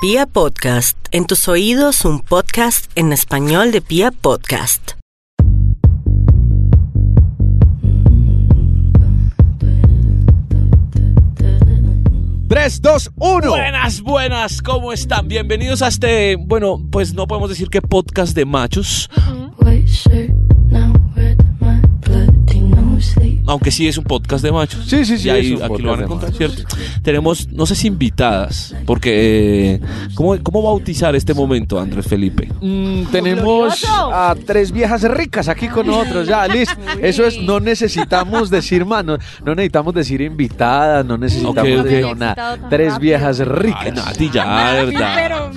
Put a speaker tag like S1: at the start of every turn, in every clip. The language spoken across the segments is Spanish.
S1: Pia Podcast, en tus oídos un podcast en español de Pia Podcast.
S2: Tres, dos, uno.
S3: Buenas, buenas, ¿cómo están? Bienvenidos a este, bueno, pues no podemos decir que podcast de machos,
S4: White shirt, now red, my bloody no sleep.
S3: aunque sí es un podcast de machos.
S2: Sí, sí, sí,
S3: Y ahí,
S2: es un
S3: aquí lo van a encontrar,
S2: podcast de
S3: ¿cierto? Tenemos, no sé si invitadas, porque eh, ¿cómo, ¿cómo bautizar este momento, Andrés Felipe?
S2: Mm, tenemos a tres viejas ricas aquí con nosotros. Ya, listo. Eso es, no necesitamos decir más. No, no necesitamos decir invitadas, no necesitamos
S3: Ok, ok.
S2: decir no, nada. Tres viejas
S3: Ay,
S2: ricas.
S3: Nati, ya, ¿verdad?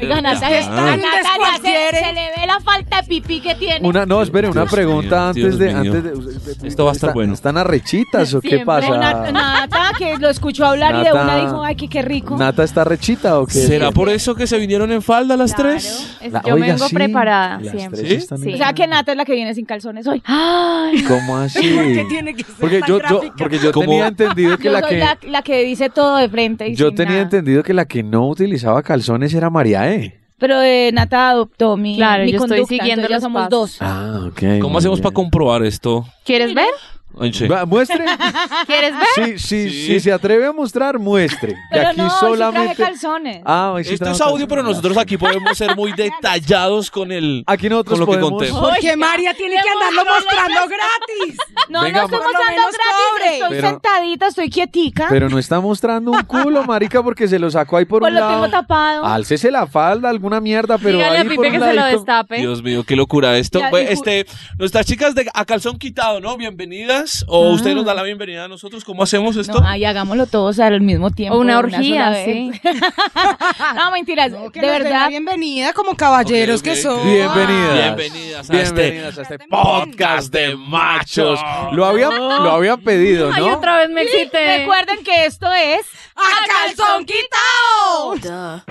S5: Oiga, Natalia,
S3: Ah.
S5: Natalia, se, se le ve la falta de pipí que tiene.
S2: Una, no, espere, una
S3: Dios mío,
S2: pregunta antes
S3: Dios
S2: de,
S3: mío.
S2: antes de-
S3: Esto va a estar
S2: ¿Están-
S3: bueno.
S2: ¿Están arrechitas o qué
S5: Siempre
S2: pasa?
S6: Nata, Nata, que lo escuchó hablar y de
S2: Nata-
S6: una dijo, ay, que qué rico.
S2: ¿Nata está rechita o qué?
S3: ¿Será por eso que se vinieron en falda las tres?
S2: La-
S5: yo
S2: oiga,
S5: vengo
S2: sí,
S5: preparada
S2: las
S5: siempre.
S2: tres
S3: ¿Sí?
S2: están
S5: Sí.
S2: en-
S6: o sea, que Nata es la que viene sin calzones hoy.
S5: Ay,
S2: ¿Cómo así? porque yo, yo, porque yo
S3: ¿Cómo?
S2: tenía entendido que
S6: Yo
S2: la
S6: soy
S2: que
S6: la, la que dice todo de frente. y
S2: yo
S6: sin
S2: tenía
S6: nada.
S2: entendido que la que no utilizaba calzones era María E.
S6: Pero eh, Nata adoptó mi,
S5: Claro,
S6: mi
S5: yo estoy
S6: conducta.
S5: siguiendo
S6: entonces ya
S5: los
S6: somos
S5: pasos.
S6: dos.
S2: Ah, ok.
S3: ¿Cómo hacemos para comprobar esto?
S5: ¿quieres ver?
S3: Ay, sí.
S2: Va, Muestre.
S5: ¿Quieres ver?
S2: Sí, sí,
S3: Sí.
S2: si se atreve a mostrar, muestre. Y
S6: Pero
S2: aquí
S6: no,
S2: solamente.
S6: solamente... traje calzones.
S2: Ah, hoy sí
S3: Esto
S2: trajo
S3: es audio,
S2: calzones.
S3: pero nosotros aquí podemos ser muy detallados con el...
S2: Aquí nosotros
S3: Con lo que
S2: podemos-
S3: contemos.
S7: Porque María tiene que andarlo mostrando gratis.
S6: no,
S2: venga,
S6: no estoy
S2: por lo
S6: mostrando
S7: menos
S6: gratis,
S7: cobre.
S6: estoy
S2: Pero-
S6: sentadita, estoy quietica.
S2: Pero no está mostrando un culo, marica, porque se lo sacó ahí por
S6: pues
S2: un
S6: lo
S2: lado. Ah,
S6: tengo tapado.
S2: Álcese la falda, alguna mierda, pero
S5: Dígale a
S2: ahí por
S5: Pipe
S2: un
S5: que se lo
S2: ladito-
S5: destape.
S3: Dios mío, qué locura esto.
S6: Ya,
S3: Bueno,
S6: y ju-
S3: este, nuestras chicas de a calzón quitado, ¿no? Bienvenidas. O usted nos da la bienvenida a nosotros. ¿Cómo hacemos esto?
S6: No, ay, hagámoslo todos al mismo tiempo.
S5: o una
S6: sola
S5: orgía, sí.
S6: vez. no, mentiras.
S7: Que
S6: de
S7: nos den la
S6: verdad,
S7: Bienvenida como caballeros
S3: Ok, ok.
S7: que son.
S2: Bienvenidas.
S3: Bienvenidas a
S2: Bienvenidas a este
S3: podcast de machos.
S2: Lo habían, lo habían pedido,
S5: Ay,
S2: ¿no?
S5: otra vez me excité.
S6: recuerden que esto es...
S7: ¡A calzón quitado!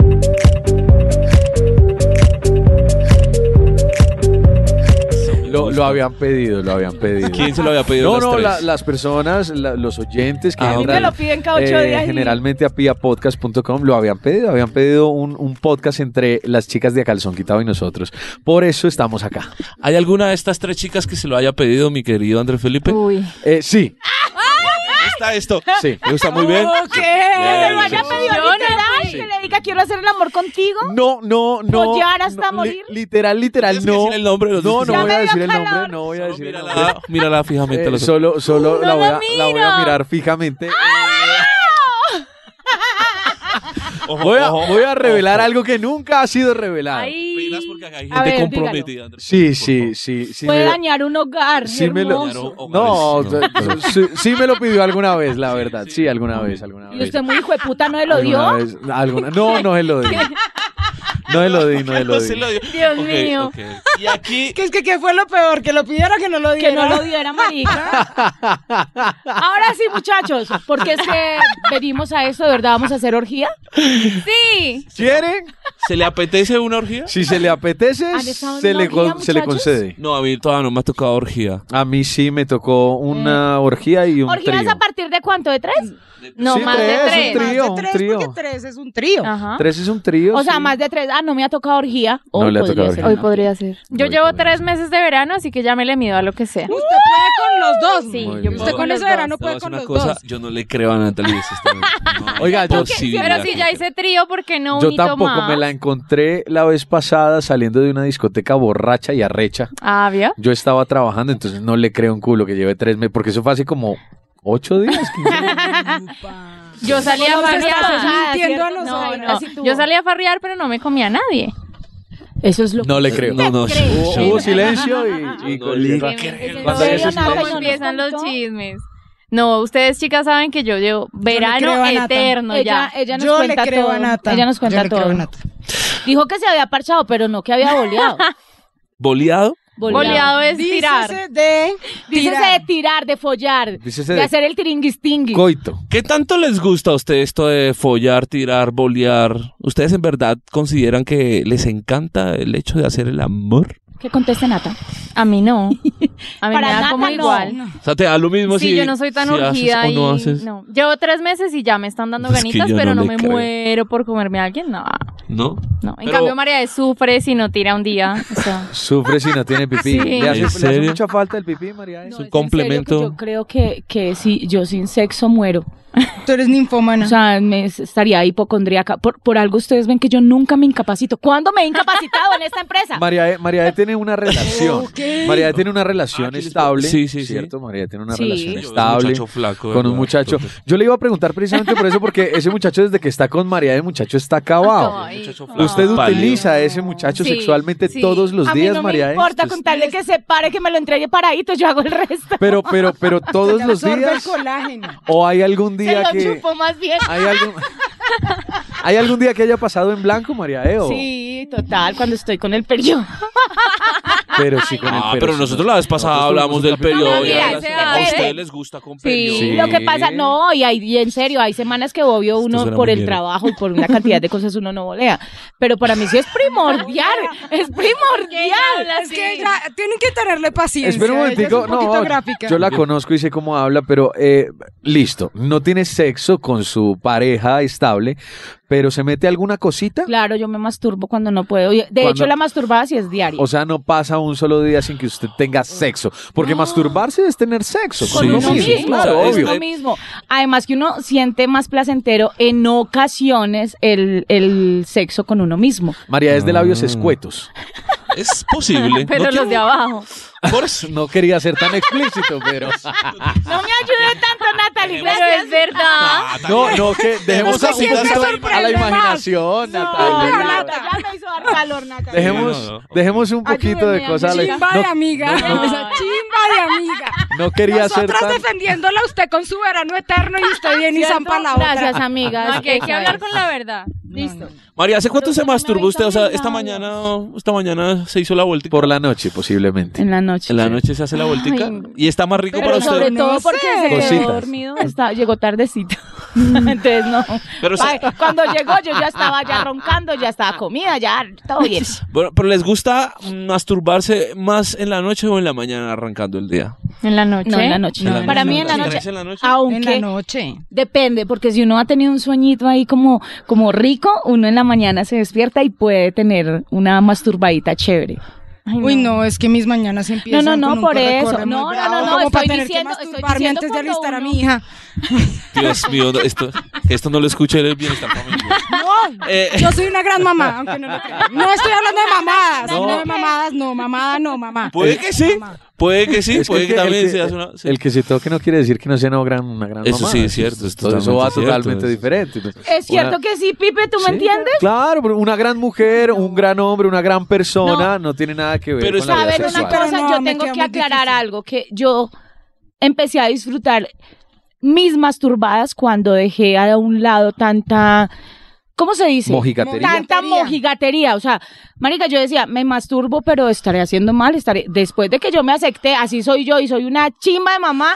S2: Lo, lo habían pedido, lo habían pedido.
S3: ¿Quién se lo había pedido?
S2: No,
S3: las
S2: no,
S3: tres?
S2: la- las personas, la- los oyentes que
S3: Ah,
S6: A mí me
S2: entran,
S6: lo piden cada ocho
S2: eh,
S6: días. y-
S2: Generalmente a piapodcast.com lo habían pedido, habían pedido un, un podcast entre las chicas de A Calzón Quitado y nosotros. Por eso estamos acá.
S3: ¿Hay alguna de estas tres chicas que se lo haya pedido, mi querido Andrés Felipe?
S5: Uy,
S2: Eh, sí,
S3: Está esto.
S2: sí.
S3: Me gusta muy bien.
S7: Ok.
S6: Que lo haya
S3: Sí,
S6: pedido literal, que le diga quiero hacer el amor contigo.
S2: No, no, no.
S6: ¿Follar hasta
S2: no,
S6: morir?
S2: literal, literal,
S3: Tienes que
S2: no.
S3: decir el nombre, los
S2: no,
S3: dos
S2: no
S3: que
S2: voy
S6: se
S2: a
S6: llaman.
S2: decir el
S6: Ya me dio
S2: nombre,
S6: calor.
S2: no voy a decir el nombre.
S3: Mírala, mírala fijamente. a
S2: Eh,
S3: los ojos.
S2: solo solo la,
S5: no
S2: voy a,
S5: la
S2: la voy a
S5: miro.
S2: mirar fijamente.
S6: Ah.
S3: Ojo,
S2: Voy a,
S3: ojo,
S2: voy a revelar
S3: ojo.
S2: algo que nunca ha sido revelado.
S5: ay.
S3: Pilas porque acá hay
S6: A
S3: gente
S6: ver,
S3: comprometida. Andrés
S2: Sí,
S3: Felipe, por
S2: sí,
S3: favor.
S2: sí, sí.
S6: Puede
S2: me-
S6: dañar un hogar.
S2: sí me lo-
S6: hermoso.
S3: Claro,
S2: No,
S3: ojalá, sí, no,
S2: sí, sí me lo pidió alguna vez, la verdad. Sí, alguna vez, alguna vez.
S6: Y usted muy hijo de puta no le lo
S2: ¿Alguna
S6: dio.
S2: vez? alguna- No, no se lo di. No se lo di, no se lo
S3: No se
S2: di.
S3: lo dio.
S5: Dios
S3: Ok,
S5: mío.
S3: ok. Y aquí
S7: Que es que ¿qué fue lo peor? ¿Que lo pidieron o que no lo
S6: Que
S7: dieron?
S6: no lo diera, marica. Ahora sí, muchachos, porque es que venimos a esto, ¿de verdad vamos a hacer orgía?
S5: Sí.
S2: ¿Quieren?
S3: ¿Se le apetece una orgía?
S2: Si se le apetece,
S6: ¿Han estado en
S2: se
S6: una
S2: le, con-
S6: orgía,
S2: se le
S6: muchachos?
S2: concede.
S3: No, a mí todavía no me ha tocado orgía.
S2: A mí sí me tocó una orgía y un
S6: Eh, ¿Orgías
S2: trío.
S6: a partir de cuánto? ¿De tres?
S5: No,
S2: Sí,
S5: más
S2: tres,
S5: de
S2: un
S5: tres.
S2: trío,
S7: Más
S2: un
S7: de tres,
S2: trío.
S7: porque tres es un trío.
S5: Ajá.
S2: Tres es un trío.
S6: O sea,
S2: sí.
S6: más de tres. Ah, no me ha tocado orgía.
S2: No
S6: Hoy
S2: le ha
S6: podría
S2: tocado
S6: ser
S2: orgía.
S5: Hoy
S6: una.
S5: podría ser. Yo
S2: Hoy
S5: llevo
S2: podría
S5: tres meses de verano, así que ya me le mido a lo que sea.
S7: Usted puede con los dos.
S2: Muy
S5: Sí, yo
S2: bien.
S5: puedo
S7: Usted con
S5: los
S7: ese verano
S5: dos.
S3: Te voy a
S7: puede
S3: decir
S7: con
S3: una
S7: los
S3: cosa,
S7: dos.
S3: yo no le creo a Natalie ese este momento. No hay
S2: Oiga, yo-
S3: posibilidad
S5: Pero si
S3: que
S5: ya
S3: le
S5: hice trío, ¿por qué no
S2: Yo
S5: unito
S2: tampoco
S5: más?
S2: me la encontré la vez pasada saliendo de una discoteca borracha y arrecha.
S5: Ah, ¿vio?
S2: Yo estaba trabajando, entonces no le creo un culo que lleve tres meses, porque eso fue así como ocho días. 15 días.
S5: Yo salí a
S6: Nos estás
S5: farrear.
S6: mintiendo a
S7: No,
S6: nosotros.
S5: No,
S6: Así tú.
S5: yo salí a farrear, pero no me comí a nadie.
S6: Eso es lo
S2: No le
S3: creo.
S2: creo.
S3: No, no,
S6: ¿Te crees?
S3: yo-
S2: Hubo, hubo silencio y, y-
S3: No le
S2: y- Cuando
S3: creo.
S5: Cuando
S2: eso
S5: empiezan
S2: sucede.
S5: empiezan los
S6: ¿Contó?
S5: chismes. No, ustedes chicas saben que yo llevo
S7: creo
S5: verano
S7: a Nata.
S5: eterno
S6: ella,
S5: ya.
S6: ella nos
S7: Yo le
S6: cuenta
S7: creo
S6: todo.
S7: a Nata.
S6: Ella nos
S7: Yo
S6: cuenta
S7: le creo
S6: todo.
S7: a Nata.
S6: Dijo que se había parchado, pero no que había boleado.
S3: ¿Boleado?
S5: Boleado es tirar.
S7: Dícese de...
S6: Dícese
S7: tirar.
S6: de tirar, de follar,
S2: Dícese
S6: de
S2: de-
S6: hacer el tiringuistingui.
S2: coito.
S3: ¿Qué tanto les gusta a ustedes esto de follar, tirar, bolear? ¿Ustedes en verdad consideran que les encanta el hecho de hacer el amor?
S6: ¿Qué conteste Nata?
S5: A mí no. A mí
S6: Para
S5: me da
S6: Nata
S5: como
S6: no.
S5: igual.
S3: O sea, te da lo mismo
S5: sí,
S3: si.
S5: yo no soy tan
S3: si haces
S5: urgida
S3: o no
S5: y
S3: haces.
S5: no. Llevo tres meses y ya me están dando
S3: Es que
S5: ganitas,
S3: yo
S5: pero
S3: no
S5: no,
S3: le
S5: me
S3: creo.
S5: muero por comerme a alguien. No,
S3: ¿No?
S5: no. En
S3: Pero-
S5: cambio, María de sufre si no tira un día. O sea,
S2: Sufre si no tiene pipí. ¿Le,
S5: Sí.
S2: hace,
S3: ¿En
S2: le hace
S3: serio?
S2: mucha falta el pipí, María? E.
S3: Es
S6: No,
S3: un
S6: es en serio que
S3: complemento.
S6: Yo creo que, que si yo sin sexo muero.
S7: Tú eres ninfómana.
S6: O sea, me s- estaría hipocondríaca. Por, por algo ustedes ven que yo nunca me incapacito. ¿Cuándo me he incapacitado en esta empresa?
S2: María, E- María E tiene una relación. María E tiene una relación
S3: Ah, sí,
S2: estable.
S3: sí, sí, sí.
S2: ¿Cierto? María E tiene una
S6: Sí.
S2: relación
S6: Yo
S3: Yo veo un
S2: estable.
S3: muchacho flaco, de
S2: Con un
S3: verdad.
S2: muchacho.
S3: Entonces,
S2: Yo le iba a preguntar precisamente por eso, porque ese muchacho desde que está con María, de muchacho está acabado.
S5: Ay,
S3: muchacho
S5: no.
S3: flaco.
S2: Usted
S3: Ah. Pálido.
S2: utiliza a ese muchacho
S5: Sí,
S2: sexualmente
S5: sí.
S2: todos los
S6: a mí
S2: días,
S6: no
S2: María.
S6: me
S2: E.
S6: importa,
S2: Usted-
S6: con tal de que se pare, que me lo entregue paradito, yo hago el resto.
S2: Pues, Pero, pero, pero todos
S7: Te
S2: los
S7: absorbe el
S2: días.
S7: colágeno.
S2: ¿O hay algún
S6: Se
S2: día
S6: lo
S2: que
S6: chupo más bien.
S2: hay algún hay algún día que haya pasado en blanco, María E, Eo?
S6: Sí, total, cuando estoy con el periodo.
S2: Pero sí con el
S3: Ah,
S2: pelo,
S3: pero
S2: sí.
S3: nosotros la vez pasada
S2: Nosotros
S3: hablamos del
S2: tuvimos un
S3: periodo.
S5: capítulo.
S3: y
S5: No,
S3: a
S5: mira,
S3: las-
S5: ese
S3: a
S5: era-
S3: ustedes les gusta con periodo.
S5: Sí.
S6: Lo que pasa, no, y, hay, y en serio, hay semanas que obvio uno
S3: suena
S6: por
S3: muy
S6: el
S3: mierda.
S6: trabajo y por una cantidad de cosas uno no volea. Pero para mí sí es primordial, es primordial.
S7: Es que ya tienen que tenerle paciencia.
S2: Espera un
S7: ella
S2: momentico,
S7: es un
S2: no,
S7: poquito
S2: vamos,
S7: gráfica.
S2: yo la conozco y sé cómo habla, pero eh, listo, no tiene sexo con su pareja estable, pero se mete alguna cosita,
S6: Claro, yo me masturbo cuando no puedo. Y, De
S2: Cuando-
S6: hecho, la masturbada sí es diaria.
S2: o sea, no pasa un solo día sin que usted tenga sexo, porque masturbarse es tener sexo con
S3: Sí,
S2: uno
S3: sí,
S2: mismo,
S3: sí.
S2: claro,
S3: O sea, es
S2: obvio.
S6: uno mismo. Además que uno siente más placentero en ocasiones el, el sexo con uno mismo.
S2: María es de labios
S3: Ah.
S2: escuetos.
S3: Es posible.
S5: Pero
S3: No
S5: los de
S3: quiero-
S5: abajo.
S3: Por eso.
S2: No quería ser tan explícito, pero
S6: No me ayude tanto, Natalie.
S5: Pero es verdad.
S3: Ah,
S2: no, no que dejemos
S3: No sé
S2: a,
S3: si
S2: un
S3: es que
S2: poquito
S7: sorprende
S2: a la
S7: más.
S2: imaginación,
S7: No,
S2: Natalia.
S7: Nata,
S6: ya me hizo dar calor, Natalia.
S2: Dejemos,
S3: Sí, no, no.
S2: dejemos un poquito de
S6: Ayúdeme,
S2: cosas. a la-
S7: Chimba de amiga.
S2: no, no.
S7: O sea, chimba de amiga.
S2: No quería ser
S7: Nosotras
S2: tan...
S7: defendiéndola a usted con su verano eterno y usted viene y
S6: ¿Cierto?
S7: zampa la otra.
S6: Gracias, amigas.
S5: No, que hay que
S6: Eso
S5: hablar
S6: es.
S5: con la verdad.
S7: Listo.
S3: María, ¿hace cuánto
S6: Pero
S3: se
S6: yo me
S3: masturbó usted?
S6: aventaba
S3: O sea,
S6: los
S3: esta
S6: labios.
S3: mañana, esta mañana se hizo la vuelta.
S2: Por la noche, posiblemente.
S6: En la noche.
S3: En la noche se hace la vueltica
S5: Ay.
S3: y está más rico
S7: Pero
S3: para
S6: Pero
S3: usted.
S6: sobre
S7: no
S6: todo porque
S7: sé.
S6: se quedó
S2: Cositas.
S6: dormido, está- llegó tardecito. Entonces no.
S3: Pero se-
S6: Ay, Cuando llegó yo ya estaba ya roncando, ya estaba comida, ya todo bien.
S3: Bueno, pero ¿les gusta masturbarse más en la noche o en la mañana arrancando el día?
S5: En la noche.
S6: No, en la noche.
S3: En la
S6: Para
S3: noche.
S6: mí en la
S3: ¿Sí
S6: noche.
S3: crees en la noche?
S7: En la
S6: Aunque
S7: noche.
S6: depende, porque si uno ha tenido un sueñito ahí como, como rico, uno en la mañana se despierta y puede tener una masturbadita chévere.
S5: Ay,
S7: Uy, no, es que mis mañanas empiezan
S6: No, no, no,
S7: con un
S6: por
S7: corre-corre
S6: eso.
S7: muy
S6: No, no,
S7: bravo,
S6: no, no,
S7: como para
S6: estoy
S7: tener
S6: diciendo-
S7: que
S6: estoy
S7: masturbarme
S6: diciendo
S7: antes de
S6: cuando
S7: alistar a
S6: uno-
S7: mi hija.
S3: Dios mío, no, esto, que esto no lo escuché en el bienestar familiar.
S7: No,
S3: Eh,
S7: yo soy una gran mamá, aunque no lo crean. No estoy hablando de mamadas,
S2: No.
S7: no de mamadas, no, mamada, no, mamá.
S3: puede que sí, puede que sí,
S2: Es
S3: puede
S2: el
S3: que, también
S2: el
S3: se
S2: que-
S3: hace una... sí.
S2: El que se toque no quiere decir que no sea una gran, una gran
S3: Eso sí,
S2: mamada.
S3: es cierto, es
S2: Todo eso
S3: totalmente
S2: va
S3: cierto,
S2: totalmente
S3: eso sí.
S2: diferente.
S6: Es cierto que sí, Pipe, ¿tú me entiendes?
S2: Claro, pero una gran mujer, un gran hombre, una gran persona no, tiene nada que ver
S3: Pero
S2: con
S3: es-
S2: la vida
S6: Saben
S7: Pero
S6: una
S2: sexual.
S7: pero
S6: cosa,
S7: no,
S6: yo
S7: me
S6: tengo
S7: queda
S6: que
S7: muy
S6: aclarar
S7: difícil.
S6: algo, que yo empecé a disfrutar mis masturbadas cuando dejé a un lado tanta, ¿cómo se dice?
S2: Mojigatería.
S6: Tanta mojigatería, o sea, marica, yo decía, me masturbo, pero estaré haciendo mal, estaré, después de que yo me acepté, así soy yo y soy una chimba de mamá,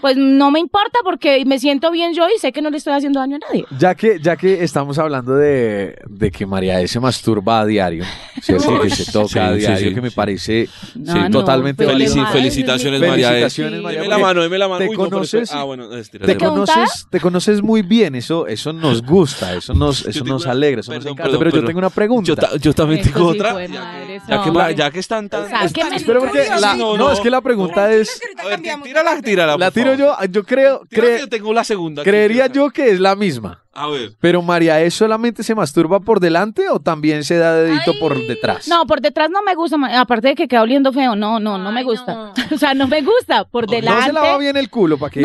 S6: pues no me importa porque me siento bien yo y sé que no le estoy haciendo daño a nadie.
S2: Ya que, ya que estamos hablando de, de que María E se masturba a diario, ¿cierto? que se toca
S3: Sí,
S2: a
S3: sí,
S2: diario,
S3: sí,
S2: que me
S3: sí.
S2: parece
S6: No,
S3: Sí,
S6: no,
S2: totalmente
S6: pero
S3: Felici-
S2: válido.
S6: mal.
S3: felicitaciones, María. eh.
S2: Felicitaciones, María.
S3: Deme la mano, deme la mano.
S2: ¿Te
S3: Uy, no, pero
S2: conoces?
S3: espera. Ah, bueno, es tirar
S2: Te
S3: de-
S6: con-
S2: conoces, te conoces muy bien, eso, eso nos gusta, eso nos, eso
S3: tengo
S2: nos
S3: una-
S2: alegra, eso nos
S3: perdón,
S2: encanta.
S3: perdón,
S2: Pero yo
S3: perdón.
S2: tengo una pregunta.
S3: Yo, ta- yo también
S6: Estos
S3: tengo
S6: hijos
S3: otra.
S6: de
S3: Ya
S6: madres,
S3: que, ya que
S6: pues, no.
S3: ma- ya que están tan...
S6: Sáquenme
S2: Espero porque
S7: Dios
S2: la,
S7: mío,
S2: no,
S3: no.
S2: es que la pregunta es,
S3: A ver, tí- tírala, tírala.
S2: la
S3: por
S2: tiro
S3: favor.
S2: yo, yo creo,
S3: Tírala
S2: cre-
S3: que yo tengo la segunda. aquí.
S2: creería yo que es la misma.
S3: A ver.
S2: Pero María E solamente se masturba por delante o también se da dedito por detrás.
S6: No, por detrás no me gusta, ma- aparte de que queda oliendo feo, no, no, no me
S5: Ay,
S6: gusta.
S5: no.
S6: O sea, no me gusta, por
S2: no
S6: delante.
S2: se lava bien el culo para que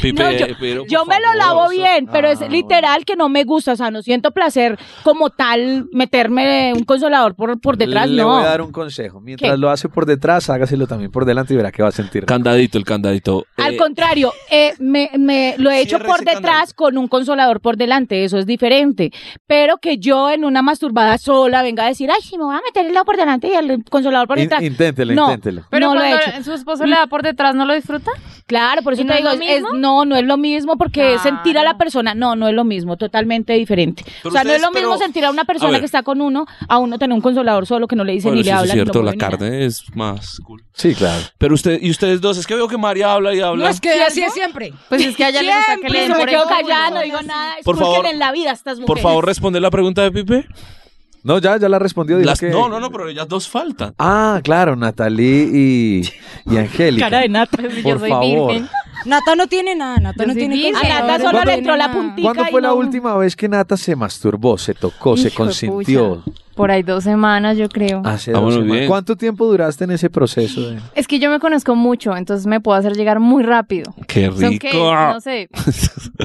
S3: Pipe, eh,
S6: No, yo,
S3: pero, por
S6: yo me lo
S3: favor,
S6: lavo
S3: o sea,
S6: bien, pero es
S2: Ah,
S6: literal que no me gusta, o sea, no siento placer como tal meterme un consolador por, por detrás,
S2: le
S6: no.
S2: voy a dar un consejo. Mientras
S6: ¿Qué?
S2: lo hace por detrás, hágaselo también por delante y verá que va a sentir.
S3: Candadito, el candadito.
S6: Al
S3: Eh,
S6: contrario, eh, me, me lo he hecho
S3: Cierre
S6: por
S3: ese
S6: detrás con un consolador por delante, eso es diferente. Pero que yo en una masturbada sola venga a decir, ay, sí, me voy a meter el lado por delante y el consolador por
S2: In-
S6: detrás.
S2: inténtelo,
S6: No.
S2: inténtelo.
S5: Pero
S6: No lo he
S5: cuando su esposo le da por detrás, ¿no lo disfruta?
S6: Claro, por eso
S5: ¿Y
S6: te
S5: no es
S6: digo,
S5: lo
S6: es- es-
S5: mismo?
S6: no, no es lo mismo porque sentir a la
S5: Claro.
S6: persona, no, no es lo mismo, totalmente diferente.
S3: Pero
S6: o sea, no
S3: ustedes,
S6: es lo mismo
S3: pero-
S6: sentir a una
S3: a
S6: persona
S3: ver.
S6: que está con uno, a uno tener un consolador solo que no le dice
S3: Bueno,
S6: ni le
S3: sí, eso
S6: habla.
S3: es
S6: ni lo
S3: cierto, la
S6: mueve ni nada.
S3: carne es más cool.
S2: Sí, claro.
S3: Pero usted, y ustedes dos, es que veo que María habla y habla.
S7: No, es que así es siempre.
S5: Pues es que a ella le gusta que
S7: Siempre
S5: le den
S6: Eso me
S5: por el
S6: quedo
S5: culo.
S6: callada, no digo nada.
S3: Por
S6: Esculquen
S3: favor.
S6: en la vida a estas mujeres.
S3: Por favor, responde la pregunta de Pipe.
S2: No, ya, ya la respondió. dijo
S3: Las-
S2: que-
S3: No, no, no, pero ellas dos faltan.
S2: Ah, claro, Natalie y, y Angélica.
S6: Cara de nata.
S5: Yo
S2: por
S5: soy
S2: favor.
S5: virgen.
S7: Nata no tiene nada, Nata
S5: Yo
S7: no
S5: soy
S7: tiene
S5: virgen.
S7: consolador,
S6: A Nata
S7: no
S6: solo le
S7: tiene
S6: entró la
S7: nada.
S6: puntica.
S2: ¿Cuándo
S6: y
S2: fue la
S6: no-
S2: última vez que Nata se masturbó, se tocó,
S5: Hijo
S2: se
S5: de
S2: consintió?
S5: pucha. Por ahí dos semanas, yo creo.
S2: Hace
S3: Ah,
S2: dos
S3: bueno,
S2: semanas.
S3: bien.
S2: ¿Cuánto tiempo duraste en ese proceso? de-
S5: Es que yo me conozco mucho, entonces me puedo hacer llegar muy rápido.
S3: Qué
S5: Son que,
S3: rico.
S5: no sé,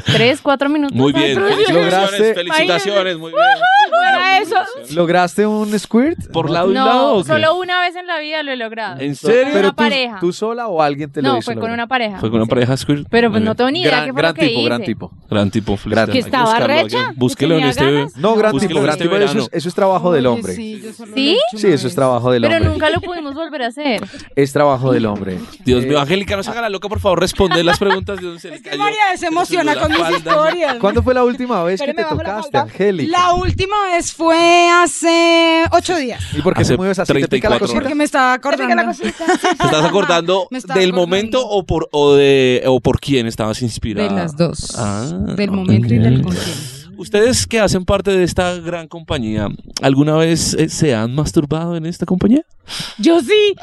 S5: tres, cuatro minutos.
S3: Muy bien.
S5: Ay, pero-
S2: Lograste-
S3: Felicitaciones, felicitaciones, muy bien.
S6: Fuera eso.
S2: ¿Lograste un squirt?
S3: Por lado y lado. ¿o
S5: No,
S3: qué?
S5: solo una vez en la vida lo he logrado.
S3: ¿En
S5: Fue
S3: serio?
S5: Con
S2: Pero
S5: una
S2: tú,
S5: pareja.
S2: ¿Tú sola o alguien te lo
S5: no,
S2: hizo?
S5: fue con
S2: lograr?
S5: una pareja.
S3: Fue con una
S5: Sí.
S3: pareja squirt.
S5: Pero
S3: Muy
S5: pues no
S3: bien.
S5: tengo ni idea
S2: Gran,
S5: qué fue
S2: gran
S5: lo que
S2: tipo, gran
S5: hice.
S2: tipo.
S3: Gran tipo, felicidades.
S6: Que
S3: Hay
S6: estaba
S3: buscarlo
S6: recha,
S3: aquí. Búsquelo en
S6: que tenía
S3: este.
S6: ganas.
S2: No, gran
S3: Búsquelo
S2: tipo,
S3: en
S2: gran
S3: este
S2: tipo. Eso
S3: verano.
S2: es, eso es trabajo del hombre. Sí,
S7: Sí, yo solo lo
S5: ¿Sí?
S7: he hecho una
S2: eso es
S7: vez.
S2: trabajo del
S5: Pero
S2: hombre.
S5: nunca lo pudimos volver a hacer.
S2: Es trabajo del hombre.
S3: Dios
S2: Eh,
S3: mío, Angélica, no se haga la loca, por favor, responde las preguntas de donde se le
S7: Es que
S3: cayó.
S7: María se emociona
S3: Eso es
S7: con mis
S3: la falda.
S7: historias.
S2: Eh, ¿Cuándo fue la última vez que te
S6: Espéreme, bajo la
S2: tocaste,
S6: falda.
S2: Angélica?
S7: La última vez fue hace ocho días.
S2: ¿Y por qué
S3: Hace
S2: se mueves así? ¿Te pica la
S3: 34
S2: cosita?
S7: Porque me estaba acordando.
S3: ¿Te estás acordando
S7: Me estaba
S3: del
S7: acordando.
S3: momento o por, o de, o por quién estabas inspirada?
S7: De las dos.
S3: Ah,
S7: del
S3: ok.
S7: momento y del contigo.
S3: Ustedes que hacen parte de esta gran compañía, ¿alguna vez eh, se han masturbado en esta compañía?
S6: Yo sí.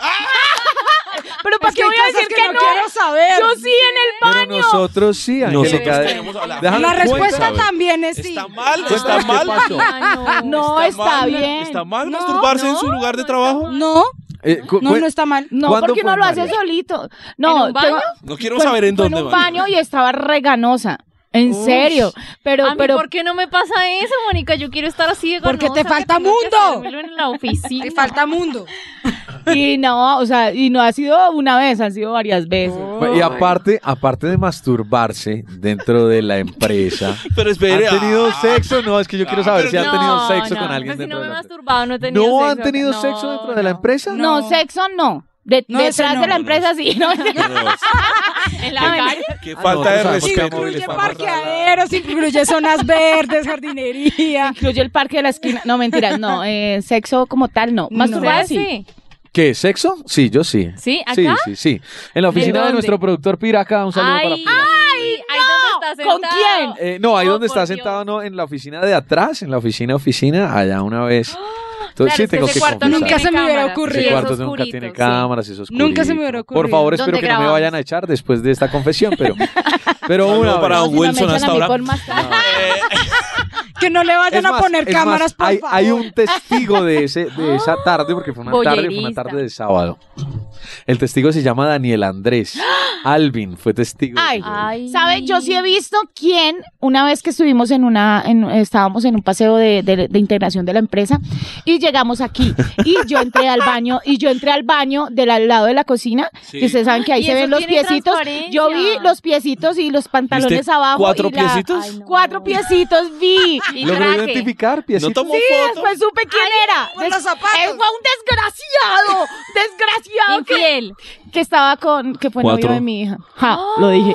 S6: Pero ¿para
S7: Es
S6: qué
S7: que hay
S6: voy a
S7: cosas
S6: decir
S7: que
S6: que,
S7: no
S6: no?
S7: quiero saber.
S6: Yo sí en el
S2: Pero
S6: baño.
S2: nosotros sí, Angélica.
S3: Nosotros queremos hablar.
S2: Déjame-
S7: La respuesta
S3: Cuéntame.
S7: también es sí.
S3: ¿Está mal? ¿Está
S2: Cuéntanos qué
S3: mal?
S2: pasó.
S5: Ah, no.
S6: No, está,
S3: mal?
S6: bien.
S3: ¿Está mal
S7: No,
S3: masturbarse en su lugar de trabajo?
S7: No,
S2: Eh, cu-
S7: no,
S2: cu-
S7: no está mal.
S6: No,
S2: ¿Cuándo
S6: porque
S2: fue,
S6: uno lo hace
S2: María?
S6: solito. No,
S5: ¿En un baño?
S3: No quiero
S6: fue-
S3: saber en
S6: fue
S3: dónde.
S6: un
S3: María.
S6: baño y estaba reganosa. En serio. Pero,
S5: a mí,
S6: pero.
S5: ¿por qué no me pasa eso, Mónica? Yo quiero estar así de
S7: Porque
S5: ganosa,
S7: te
S5: que
S7: falta
S5: tengo que
S7: mundo.
S5: hacérmelo en la oficina.
S7: Te falta mundo.
S6: Y no, o sea, y no ha sido una vez, han sido varias veces.
S2: Y aparte, aparte de masturbarse dentro de la empresa,
S3: Pero espere.
S2: ¿han tenido
S3: ah,
S2: sexo? No, es que yo quiero saber si han
S5: No,
S2: tenido sexo
S5: no,
S2: con alguien
S5: pues si
S2: dentro
S5: no me
S2: de
S5: he
S2: la empresa.
S5: masturbado, no he tenido
S2: ¿No
S5: sexo.
S2: han tenido
S5: No,
S2: sexo dentro de la
S5: no.
S2: empresa?
S6: No,
S7: No.
S6: sexo no. De-
S7: No, ese
S6: detrás
S7: no.
S6: de la empresa sí, ¿no?
S5: En la calle.
S3: Qué
S2: Ah,
S3: falta de
S2: nosotros sabemos que
S3: respeto.
S2: amor les
S7: Incluye
S2: está
S7: parqueaderos, incluye zonas verdes, jardinería.
S6: Incluye el parque de la esquina. No, mentiras, no. eh, sexo como tal, no.
S7: No.
S6: Masturbar
S5: ¿Sabes?
S6: sí.
S5: Pues Sí.
S2: ¿Qué? ¿Sexo? Sí, yo sí.
S5: ¿Sí? ¿Acá?
S2: Sí, sí, sí. En la oficina de,
S5: dónde?
S2: nuestro productor Piraca, un saludo para
S5: Ay,
S2: Piraca.
S5: ay, ahí donde está
S6: ¿Con
S5: sentado.
S6: quién?
S2: Eh, no, ahí
S5: Oh,
S2: donde está
S5: por
S2: sentado,
S5: Dios.
S2: no, en la oficina de atrás, en la oficina, oficina, allá una vez.
S5: Ah, Claro,
S2: Entonces sí
S5: es
S2: tengo
S5: ese
S2: que
S5: cuarto
S2: confesar.
S5: no
S7: Nunca
S5: tiene
S7: se me hubiera
S5: cámaras,
S7: ocurrido.
S5: sí,
S2: Ese
S5: es
S2: cuarto nunca
S5: oscurito,
S2: tiene
S5: sí.
S2: cámaras, es oscurito.
S7: Nunca se me hubiera ocurrido.
S2: Por favor,
S5: ¿Dónde
S2: espero que no me
S5: grabamos?
S2: vayan a echar después de esta confesión, pero, pero
S3: Saludo
S2: una
S3: para
S2: vez.
S3: un Wilson hasta ahora. Eh,
S7: Que no le
S2: Es
S7: vayan a
S2: más,
S7: poner
S2: es más,
S7: cámaras, por
S2: hay,
S7: favor.
S2: hay un testigo de, ese, de esa tarde, porque fue una tarde, fue una
S5: Voyerista.
S2: tarde de sábado. El testigo se llama Daniel Andrés. Alvin fue testigo.
S6: Ay.
S5: Ay.
S6: ¿Saben? Yo sí he visto quién, una vez que estuvimos en una, en- estábamos en un paseo de, de- de integración de la empresa y llegamos aquí y yo entré al baño y yo entré al baño del al lado de la cocina
S3: Sí.
S6: y ustedes saben que ahí
S5: Y
S6: se
S5: eso
S6: ven los
S5: tiene
S6: piecitos. Yo vi
S5: transparencia.
S6: los piecitos y los pantalones abajo.
S3: cuatro
S6: y la-
S3: piecitos?
S6: Ay, no. Cuatro piecitos vi.
S5: Y
S2: Logró
S5: traje.
S2: identificar,
S3: No
S2: piecito.
S3: tomó
S6: Sí,
S3: foto.
S6: después pues, supe quién era.
S7: por
S6: Des-
S7: los zapatos.
S6: Él fue un desgraciado, desgraciado que,
S5: Infiel.
S6: que estaba con, que fue
S3: Cuatro.
S6: novio de mi hija. Ja, lo dije.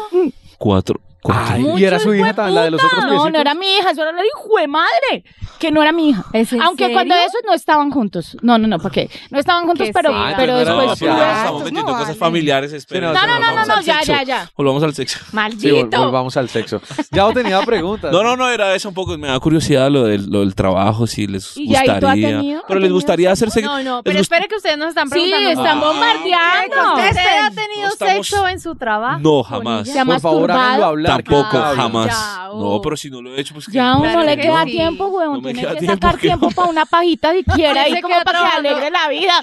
S3: Cuatro. cuatro.
S2: Ay, y
S5: Mucho
S2: era su hija,
S3: Ah,
S2: la de los otros
S6: No,
S2: piecitos.
S6: no era mi hija, eso era la hijo de madre, que no era mi hija.
S5: ¿Es en
S6: Aunque
S5: serio?
S6: cuando eso no estaban juntos. No, no, no, ¿para qué? No estaban juntos,
S5: Que
S6: pero,
S5: sí. Ah,
S6: pero
S2: entonces no era
S6: después
S2: demasiado.
S6: tuve-
S2: Ah,
S3: estamos
S7: estos no
S3: metiendo cosas
S7: valen.
S3: familiares. espera.
S2: Sí, no, no,
S3: Volvamos
S2: no, no,
S3: al
S6: no, ya,
S3: sexo.
S6: ya, ya.
S3: Volvamos al sexo.
S2: Sí, vol-
S5: Maldito.
S2: volvamos al sexo. Ya no tenía preguntas.
S3: No, no, no, era eso un poco. Me da curiosidad lo del, lo del trabajo, si les
S6: ¿Y ya, y tú
S3: gustaría.
S6: has
S3: pero
S6: tenido- has
S3: les
S6: tenido
S3: gustaría hacer sexo.
S5: No, no, pero espere que ustedes nos están
S6: Sí,
S5: preguntando.
S6: están
S5: ¿Usted
S2: Ah.
S6: bombardeando.
S5: ha tenido
S3: No estamos-
S5: sexo en su trabajo?
S3: No, jamás.
S6: Se ha
S2: Por favor,
S6: masturbado.
S2: háganlo hablar. que
S3: Tampoco,
S2: nunca hablan.
S3: jamás.
S5: Ya, oh.
S3: No, pero si no lo he hecho, pues que-
S6: Ya a uno
S5: Claro
S6: le
S5: que
S6: queda
S5: sí.
S6: tiempo,
S3: No
S6: weón.
S3: me
S6: Tiene
S3: queda
S6: que
S3: tiempo,
S6: sacar
S3: que-
S6: tiempo para una pajita siquiera
S5: Se
S6: ahí como para
S5: queda
S6: que
S5: trabajando.
S6: alegre la
S3: Ah,
S6: vida.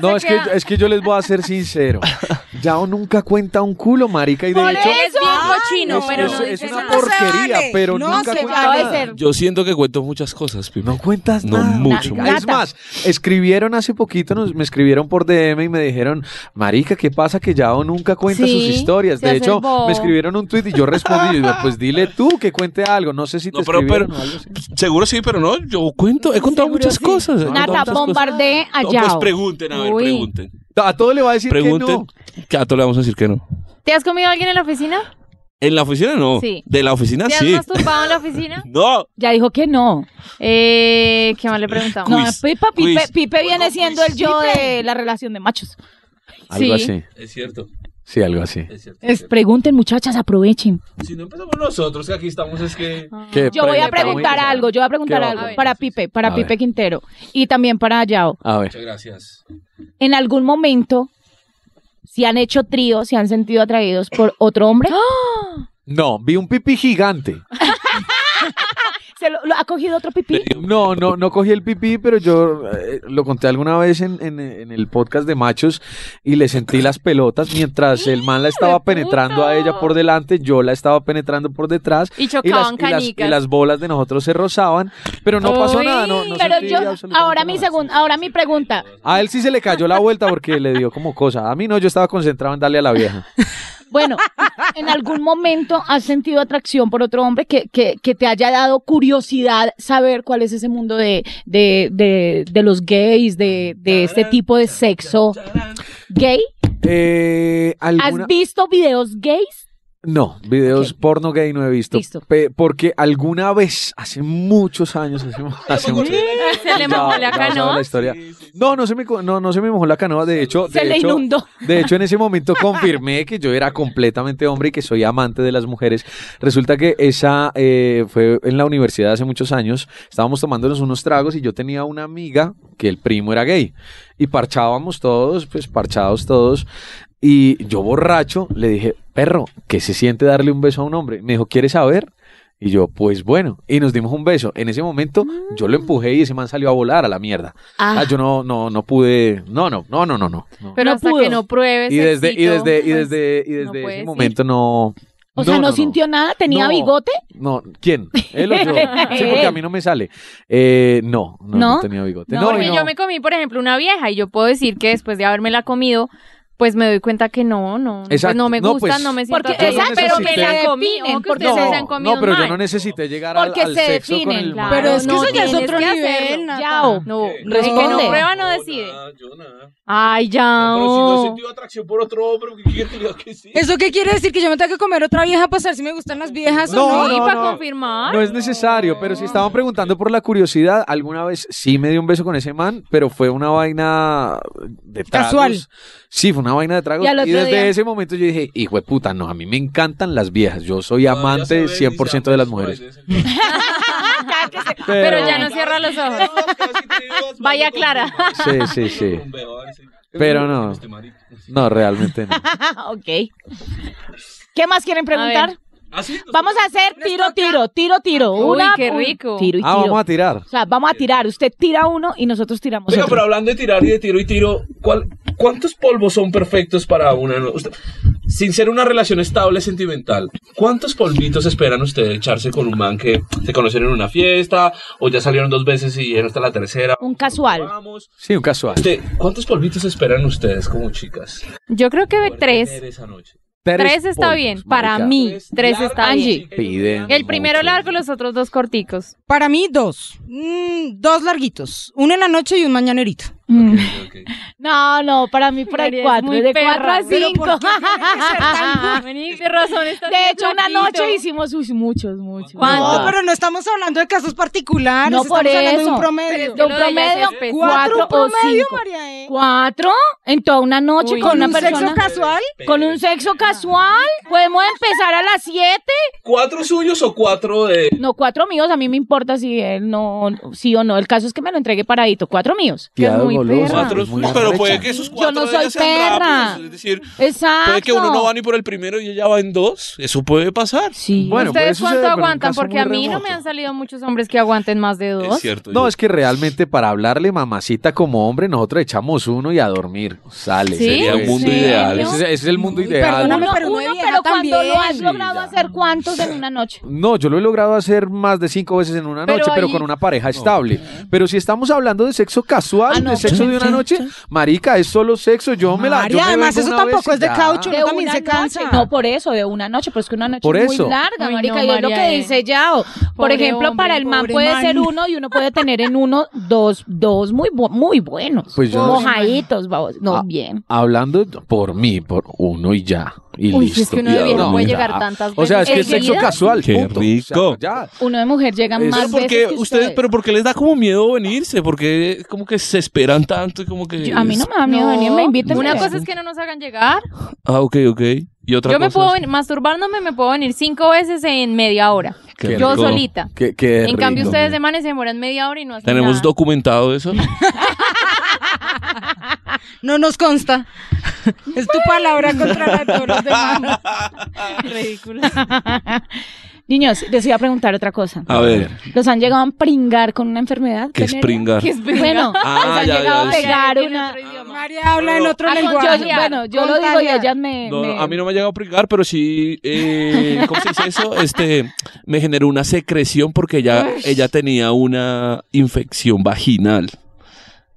S2: No, es que, es que yo les voy a ser sincero. Yao nunca cuenta un culo, marica. Y de
S6: Por
S2: hecho,
S5: Él es bien cochino,
S2: es,
S5: pero
S2: es-
S5: no
S2: es
S5: dice
S2: una
S5: nada.
S2: porquería,
S7: No se vale.
S2: pero
S7: No
S2: nunca
S7: se
S2: cuenta
S7: vale.
S2: nada.
S6: Acaba de ser.
S3: Yo siento que cuento muchas cosas, Pipe.
S2: No cuentas
S3: No,
S2: nada.
S3: mucho,
S2: marica. Es
S6: mucho.
S2: más, escribieron hace poquito, nos, me escribieron por DM y me dijeron, marica, ¿qué pasa que Yao nunca cuenta
S5: Sí,
S2: sus historias?
S5: se
S2: De
S5: hace
S2: hecho,
S5: el bobo.
S2: me escribieron un tweet y yo respondí, y yo, pues dile tú que cuente algo. No sé si te
S3: No, pero, pero,
S2: escribieron o algo así.
S3: seguro sí, pero no, yo cuento, he contado muchas cosas. he contado
S6: Nata,
S3: muchas cosas.
S6: bombardeé
S3: No,
S6: allá.
S3: pues pregunten, a ver,
S5: Uy.
S3: pregunten.
S2: A todo le va a decir que
S3: Pregunten.
S2: no.
S3: Que a todos le vamos a decir que no.
S5: ¿Te has comido a alguien en la oficina?
S3: En la oficina no.
S5: Sí.
S3: De la oficina
S5: ¿Te has
S3: sí.
S5: masturbado en la oficina?
S3: No.
S6: Ya dijo que no.
S5: Eh, ¿Qué más le preguntamos?
S6: No,
S3: Quiz,
S6: Pipa, Pipe,
S3: quiz.
S6: Pipe viene siendo el yo de la relación de machos.
S2: Algo
S5: Sí.
S2: así.
S3: Es cierto,
S2: Sí, algo así.
S3: es cierto.
S6: Es- pregunten, muchachas, aprovechen.
S3: Si no empezamos nosotros, que aquí estamos, es que.
S5: Ah.
S2: ¿Qué
S6: Yo voy a
S2: pregunta?
S6: preguntar
S2: Muy
S6: algo, yo voy a preguntar
S2: ¿Qué va?
S5: A
S6: algo
S5: ver.
S6: para Pipe,
S2: A
S6: para
S2: ver.
S6: Pipe Quintero y también para Yao.
S2: A ver.
S3: gracias.
S6: ¿En algún momento si han hecho trío, se han sentido atraídos por otro hombre?
S5: ¡Ah!
S2: No, vi un pipí gigante.
S6: ¿Se lo, lo ha cogido otro pipí?
S2: No, no, no cogí el pipí, pero yo eh, lo conté alguna vez en, en- en el podcast de machos y le sentí las pelotas mientras el man la estaba penetrando a ella por delante, yo la estaba penetrando por detrás
S5: Y chocaban
S2: y las, y
S5: canicas.
S2: las bolas de nosotros se rozaban, pero no pasó
S5: Uy,
S2: nada. No, no
S6: Pero
S2: sentí
S6: yo,
S2: absolutamente
S6: ahora mi
S2: nada.
S6: segun- ahora mi pregunta.
S2: A él sí se le cayó la vuelta porque le dio como cosa. A mí no, yo estaba concentrado en darle a la vieja.
S6: Bueno, ¿en algún momento has sentido atracción por otro hombre que, que, que te haya dado curiosidad saber cuál es ese mundo de, de, de, de los gays, de, de este tipo de sexo gay?
S2: Eh, ¿alguna?
S6: ¿Has visto videos gays?
S2: No, videos
S6: Ok.
S2: porno gay no he visto.
S6: Listo.
S2: Pe- porque alguna vez, hace muchos años, hace, mu- hace mucho-
S5: Se le
S2: Ya-
S5: mojó
S2: ya
S5: la
S2: vas a ver la
S5: canoa.
S2: historia. No, no se me co- no, no se me mojó la canoa. De hecho,
S6: Se
S2: de
S6: le
S2: hecho-
S6: inundó.
S2: De hecho, en ese momento confirmé que yo era completamente hombre y que soy amante de las mujeres. Resulta que esa eh, fue en la universidad hace muchos años. Estábamos tomándonos unos tragos y yo tenía una amiga que el primo era gay. Y parchábamos todos, pues parchados todos. Y yo borracho le dije, perro, ¿qué se siente darle un beso a un hombre? Me dijo, ¿quieres saber? Y yo, pues bueno, y nos dimos un beso. En ese momento yo lo empujé y ese man salió a volar a la mierda.
S6: Ah.
S2: Ah, yo no, no, no pude, no, no, no, no, no, no. no.
S5: Pero
S6: No
S5: hasta
S6: pudo.
S5: que no pruebes.
S2: Y desde, y
S5: sexito,
S2: desde, y
S5: pues,
S2: desde, y desde
S5: no
S2: ese
S5: puedes ir.
S2: momento no.
S6: O sea, ¿no, sintió nada? ¿Tenía
S2: No.
S6: bigote?
S2: No, ¿quién? Él o yo. Sí, porque a mí no me sale. Eh, no, no, no
S6: ¿No?
S2: tenía bigote.
S6: No,
S2: No,
S5: Porque
S2: y no.
S5: yo me comí, por ejemplo, una vieja y yo puedo decir que después de habérmela comido, pues me doy cuenta que no, no, no, pues
S2: Exacto.
S5: no me
S2: No,
S5: gustan,
S2: pues,
S5: no me siento
S6: Porque
S5: atraída,
S2: exacto,
S5: pero
S2: porque
S5: que
S2: se
S5: la comí,
S6: definen,
S5: o que
S6: porque
S5: ustedes
S2: no,
S5: se han comido
S2: no, pero yo
S5: mal.
S2: no necesité llegar al,
S6: Porque
S2: al
S6: se
S2: sexo con
S6: definen,
S2: el man.
S5: claro.
S7: Pero es que
S5: No,
S7: eso ya es
S5: tienes
S7: otro
S5: que
S7: nivel,
S5: hacerlo.
S7: Natalia.
S5: No,
S3: ¿Qué?
S5: el que no
S6: Responde.
S5: prueba no decide. Ah, oh. Ay,
S3: Ah,
S5: ya.
S3: atracción por otro hombre, ¿qué tenía que decir?
S7: ¿Eso qué quiere decir? ¿Que yo me tengo que comer otra vieja para saber si me gustan las viejas
S2: No,
S7: o no?
S5: sí,
S2: no,
S5: para
S2: no.
S5: confirmar.
S2: No es necesario, pero si estaban preguntando por la curiosidad, alguna vez sí me di un beso con ese man, pero fue una vaina de tragos.
S7: Casual.
S2: Sí, fue una vaina de tragos.
S6: Y al
S2: Y,
S6: otro
S2: desde
S6: día-
S2: ese momento yo dije, hijo de puta, no, a mí me encantan las viejas. Yo soy amante 100% de las mujeres.
S5: Ah, Pero ya no cierra los ojos. Vaya Clara.
S2: Sí, sí, sí. Pero no.
S8: Este
S2: No, realmente no.
S6: Ah, ok. ¿Qué más quieren
S5: A
S6: preguntar?
S8: Ah,
S6: Vamos a hacer tiro, tiro, tiro, tiro.
S5: Uy,
S6: Una,
S5: qué
S6: un-
S5: rico.
S6: Tiro y
S2: Ah,
S6: tiro.
S2: vamos a tirar.
S6: O sea, vamos a tirar. Usted tira uno y nosotros tiramos
S8: Venga,
S6: otro.
S8: pero hablando de tirar y de tiro y tiro, ¿cuál, ¿cuántos polvos son perfectos para una? no- usted- sin ser una relación estable sentimental, ¿cuántos polvitos esperan ustedes echarse con un man que se conocieron en una fiesta o ya salieron dos veces y dijeron hasta la tercera?
S6: Un casual.
S8: Vamos.
S2: Sí, un casual.
S8: Usted, ¿Cuántos polvitos esperan ustedes como chicas?
S5: Yo creo que
S8: Poder
S5: tres.
S8: tener esa noche.
S5: Tres está
S2: polvos,
S5: bien, para
S2: marica.
S5: mí. Tres
S8: largos,
S5: está bien.
S8: chicas,
S2: Piden.
S5: El primero
S2: mucho.
S5: largo, los otros dos corticos.
S7: Para mí, dos. Mm, dos larguitos. Uno en la noche y un mañanerito.
S6: Mm.
S8: ok.
S6: No, no, para mí por ahí
S5: Eres
S6: cuatro.
S5: muy
S6: De
S5: perra,
S6: cuatro a
S5: pero
S6: cinco.
S7: ¿por qué tiene que ser tan
S5: Vení, ¿Qué razón estás
S6: De
S5: bien
S6: hecho, una
S5: flaquito.
S6: noche hicimos uy, muchos, muchos.
S5: ¿Cuánto?
S7: No, Ah. pero no estamos hablando de casos particulares.
S6: No,
S7: estamos
S6: por
S7: hablando de
S6: eso.
S7: un
S5: Pero
S7: promedio.
S5: es
S6: De
S5: que
S6: un
S5: lo de ella es
S6: promedio,
S5: especial.
S6: cuatro o
S7: promedio,
S6: cinco.
S7: María, ¿eh?
S6: ¿Cuatro? En toda una noche
S5: Uy,
S6: con
S7: ¿Con
S6: una
S7: un sexo
S6: persona.
S7: casual?
S6: Con un sexo casual. ¿Podemos empezar a las siete?
S8: ¿Cuatro suyos o cuatro de...?
S6: No, cuatro míos. A mí me importa si él no, sí o no. El caso es que me lo entregue paradito. Cuatro míos.
S5: que es
S2: Tía
S5: muy
S2: golosa,
S5: perra.
S2: es muy
S3: pero
S2: arrecha.
S3: puede que esos
S6: Yo
S3: cuatro
S6: no
S3: de ellas
S6: soy
S3: sean
S6: perra.
S3: rápidos, Es decir,
S6: Exacto.
S3: puede que uno no va ni por el primero y ella va en dos. Eso puede pasar.
S6: Sí.
S2: Bueno, puede
S5: ¿Ustedes
S2: suceder,
S5: cuánto
S2: pero un
S5: aguantan?
S2: caso
S5: Porque
S2: muy
S5: a mí no
S2: remoto.
S5: me han salido muchos hombres que aguanten más de
S3: Es
S5: dos.
S3: cierto.
S2: No,
S3: yo-
S2: es que realmente para hablarle mamacita como hombre, nosotros echamos uno y a dormir. Sale.
S5: ¿Sí?
S3: Sería un mundo
S6: ¿En serio?
S3: ideal.
S2: Ese es, ese es el mundo
S7: Uy,
S2: ideal.
S7: perdóname,
S6: Uno,
S7: pero
S6: uno,
S7: una vieja
S6: pero cuando
S7: también.
S6: lo has logrado
S2: Sí, ya.
S6: hacer, ¿cuántos en una noche?
S2: No, yo lo he logrado hacer más de cinco veces en una
S6: Pero
S2: noche, pero
S6: ahí-
S2: con una pareja estable. Pero si estamos hablando de sexo casual,
S6: Ah, no,
S2: de sexo de una noche, marica, es solo sexo. Yo me la. yo
S7: María,
S2: me
S7: además
S2: vengo
S7: eso
S2: una vez
S7: tampoco
S2: y
S7: es de
S2: ya.
S7: caucho.
S6: De
S7: Uno también
S6: una
S7: se cansa.
S6: noche. No, por eso, de una noche, pero es que una noche
S2: Por
S6: es
S2: eso.
S6: muy larga,
S5: Uy, no,
S6: marica, y es lo
S5: María,
S6: que
S5: eh.
S6: dice Yao. Por
S5: Pobre
S6: ejemplo,
S5: hombre,
S6: para el man
S7: pobre
S6: puede
S7: man.
S6: ser uno y uno puede tener en uno dos, dos muy, bu- muy buenos.
S2: Pues yo no sé.
S6: mojaditos, vamos. No,
S2: Ah.
S6: bien.
S2: Hablando por mí, por uno y ya. Y
S5: Uy,
S2: listo.
S5: es que uno
S2: y a
S5: de viejo puede
S2: dormir.
S5: llegar tantas
S2: O sea, es
S5: veces
S2: que es sexo
S5: seguidas.
S2: casual.
S3: Qué
S2: punto. O sea,
S3: rico.
S2: ya.
S5: Uno de mujer llega
S2: Eso
S5: más
S3: Pero porque
S5: veces que
S3: ustedes, pero porque les da como miedo venirse, porque como que se esperan tanto y como que...
S6: Yo- a mí no me da miedo venir, me invitan.
S5: Una cosa es que no nos hagan llegar.
S3: Ah, ok, ok. Y otra
S5: Yo me
S3: cosa
S5: puedo
S3: es-
S5: venir, masturbándome me puedo venir cinco veces en media hora.
S3: Qué
S5: Yo
S3: rico.
S5: solita.
S2: Qué- qué
S5: En cambio,
S2: rico.
S5: ustedes de manes se demoran media hora y no hacen
S3: ¿Tenemos
S5: nada.
S3: documentado eso?
S7: No nos consta. Es tu palabra contra la de todos los demás.
S6: Niños, les iba a preguntar otra cosa.
S3: A ver,
S6: ¿Los han llegado a pringar con una enfermedad?
S3: que Ah. es
S6: venérea?
S3: pringar.
S5: Que es
S6: Bueno,
S3: Ah,
S6: les
S3: ya,
S6: han llegado
S3: ya,
S6: a
S3: ya.
S6: pegar
S5: Tiene
S6: una...
S5: otro idioma.
S7: María habla en otro
S5: Ah, con
S7: lenguaje.
S6: Yo- bueno, yo lo digo y
S7: Contagiar.
S6: ellas me...
S3: No,
S6: me-
S3: no, a mí no me ha llegado a pringar, pero sí, eh, ¿cómo se dice eso? Este, me generó una secreción porque ella, ella tenía una infección vaginal.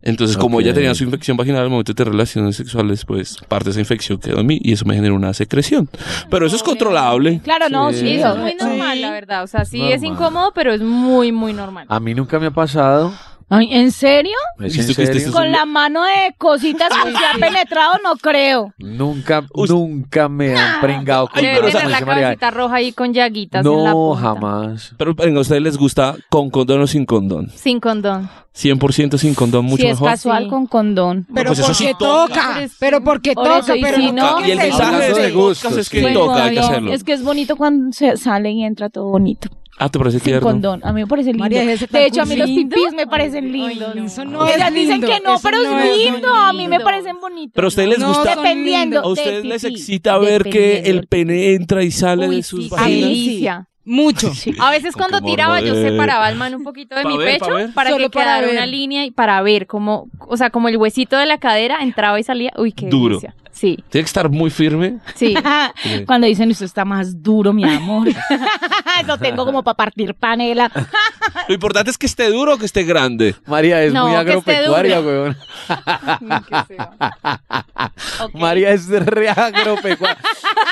S3: Entonces, como ella
S2: Ok.
S3: tenía su infección vaginal al momento de tener relaciones sexuales, pues parte de esa infección quedó en mí y eso me generó una secreción. Pero eso es controlable.
S6: Claro, no, sí.
S5: Sí, eso
S6: o-
S5: es muy normal,
S6: sí.
S5: la verdad. O sea, sí
S2: Normal.
S5: es
S2: Ah,
S5: incómodo, pero es muy, muy normal.
S2: A mí nunca me ha pasado.
S6: Ay, ¿En serio?
S2: ¿Es
S3: ¿Viste
S2: en
S3: que este
S2: serio?
S3: es
S6: Con la mano de cositas que se ha penetrado, no creo.
S2: Nunca,
S3: Us-
S2: nunca me han pringado con
S5: Debe
S2: nada,
S5: Ah, tener
S2: como
S5: la
S2: dice María.
S5: cabecita roja ahí con llaguitas en la
S2: No,
S5: punta.
S2: jamás.
S3: Pero venga, ¿a ustedes les gusta con condón o sin condón?
S5: Sin condón.
S3: 100% sin condón, mucho
S6: si
S3: mejor.
S6: es casual
S5: Sí.
S6: con condón.
S7: Pero
S3: pues eso sí
S7: porque
S3: toca.
S7: toca.
S5: Pero es-
S7: Pero porque
S5: Por eso,
S7: toca.
S5: y
S7: Pero
S5: si no,
S7: toca
S3: y el
S7: que se-
S3: mensaje
S2: Hablando
S3: de
S2: de
S3: gustos
S2: gustos,
S3: es que
S2: sí.
S3: toca, hay que
S6: Bueno,
S3: hacerlo.
S6: Pues, Es que es bonito cuando se sale y entra todo bonito.
S3: Ah, ¿te parece
S6: Sin
S3: tierno?
S6: condón. A mí me parece lindo.
S7: María, ese tan
S6: de hecho, a mí los
S7: lindo.
S6: pipis me parecen lindos.
S7: Eso no es
S6: Ellas dicen
S7: lindo,
S6: que no,
S7: eso
S6: pero
S7: no
S6: es
S7: es
S6: lindo. A mí me
S5: lindo.
S6: parecen bonitos.
S3: Pero a ustedes les
S7: No,
S3: gusta...
S7: son
S6: Dependiendo.
S7: lindos.
S3: ¿A
S6: del
S3: ustedes les
S6: pipí,
S3: excita ver que
S6: dependiendo
S3: el
S6: del-
S3: pene entra y sale de sus vaginas?
S5: Delicia.
S7: Mucho.
S5: A veces
S3: Con
S5: cuando
S3: qué
S5: tiraba yo
S3: morder.
S5: separaba el man un poquito de
S3: Pa'
S5: mi
S3: ver, pa'
S5: pecho
S3: ver.
S5: para
S7: Solo
S5: que
S7: para
S5: quedara
S7: ver.
S5: una línea y para ver cómo, o sea, como el huesito de la cadera entraba y salía. Uy, qué
S3: Duro.
S5: delicia. Sí,
S3: Tiene que estar muy firme.
S5: sí.
S6: Ah, Cuando dicen, usted está más duro, mi amor. Lo tengo como para partir panela.
S3: Lo importante es que esté duro o que esté grande.
S2: María es
S5: No,
S2: muy
S5: que esté
S2: agropecuaria,
S5: dura.
S2: weón.
S5: Ok.
S2: María es re agropecuaria.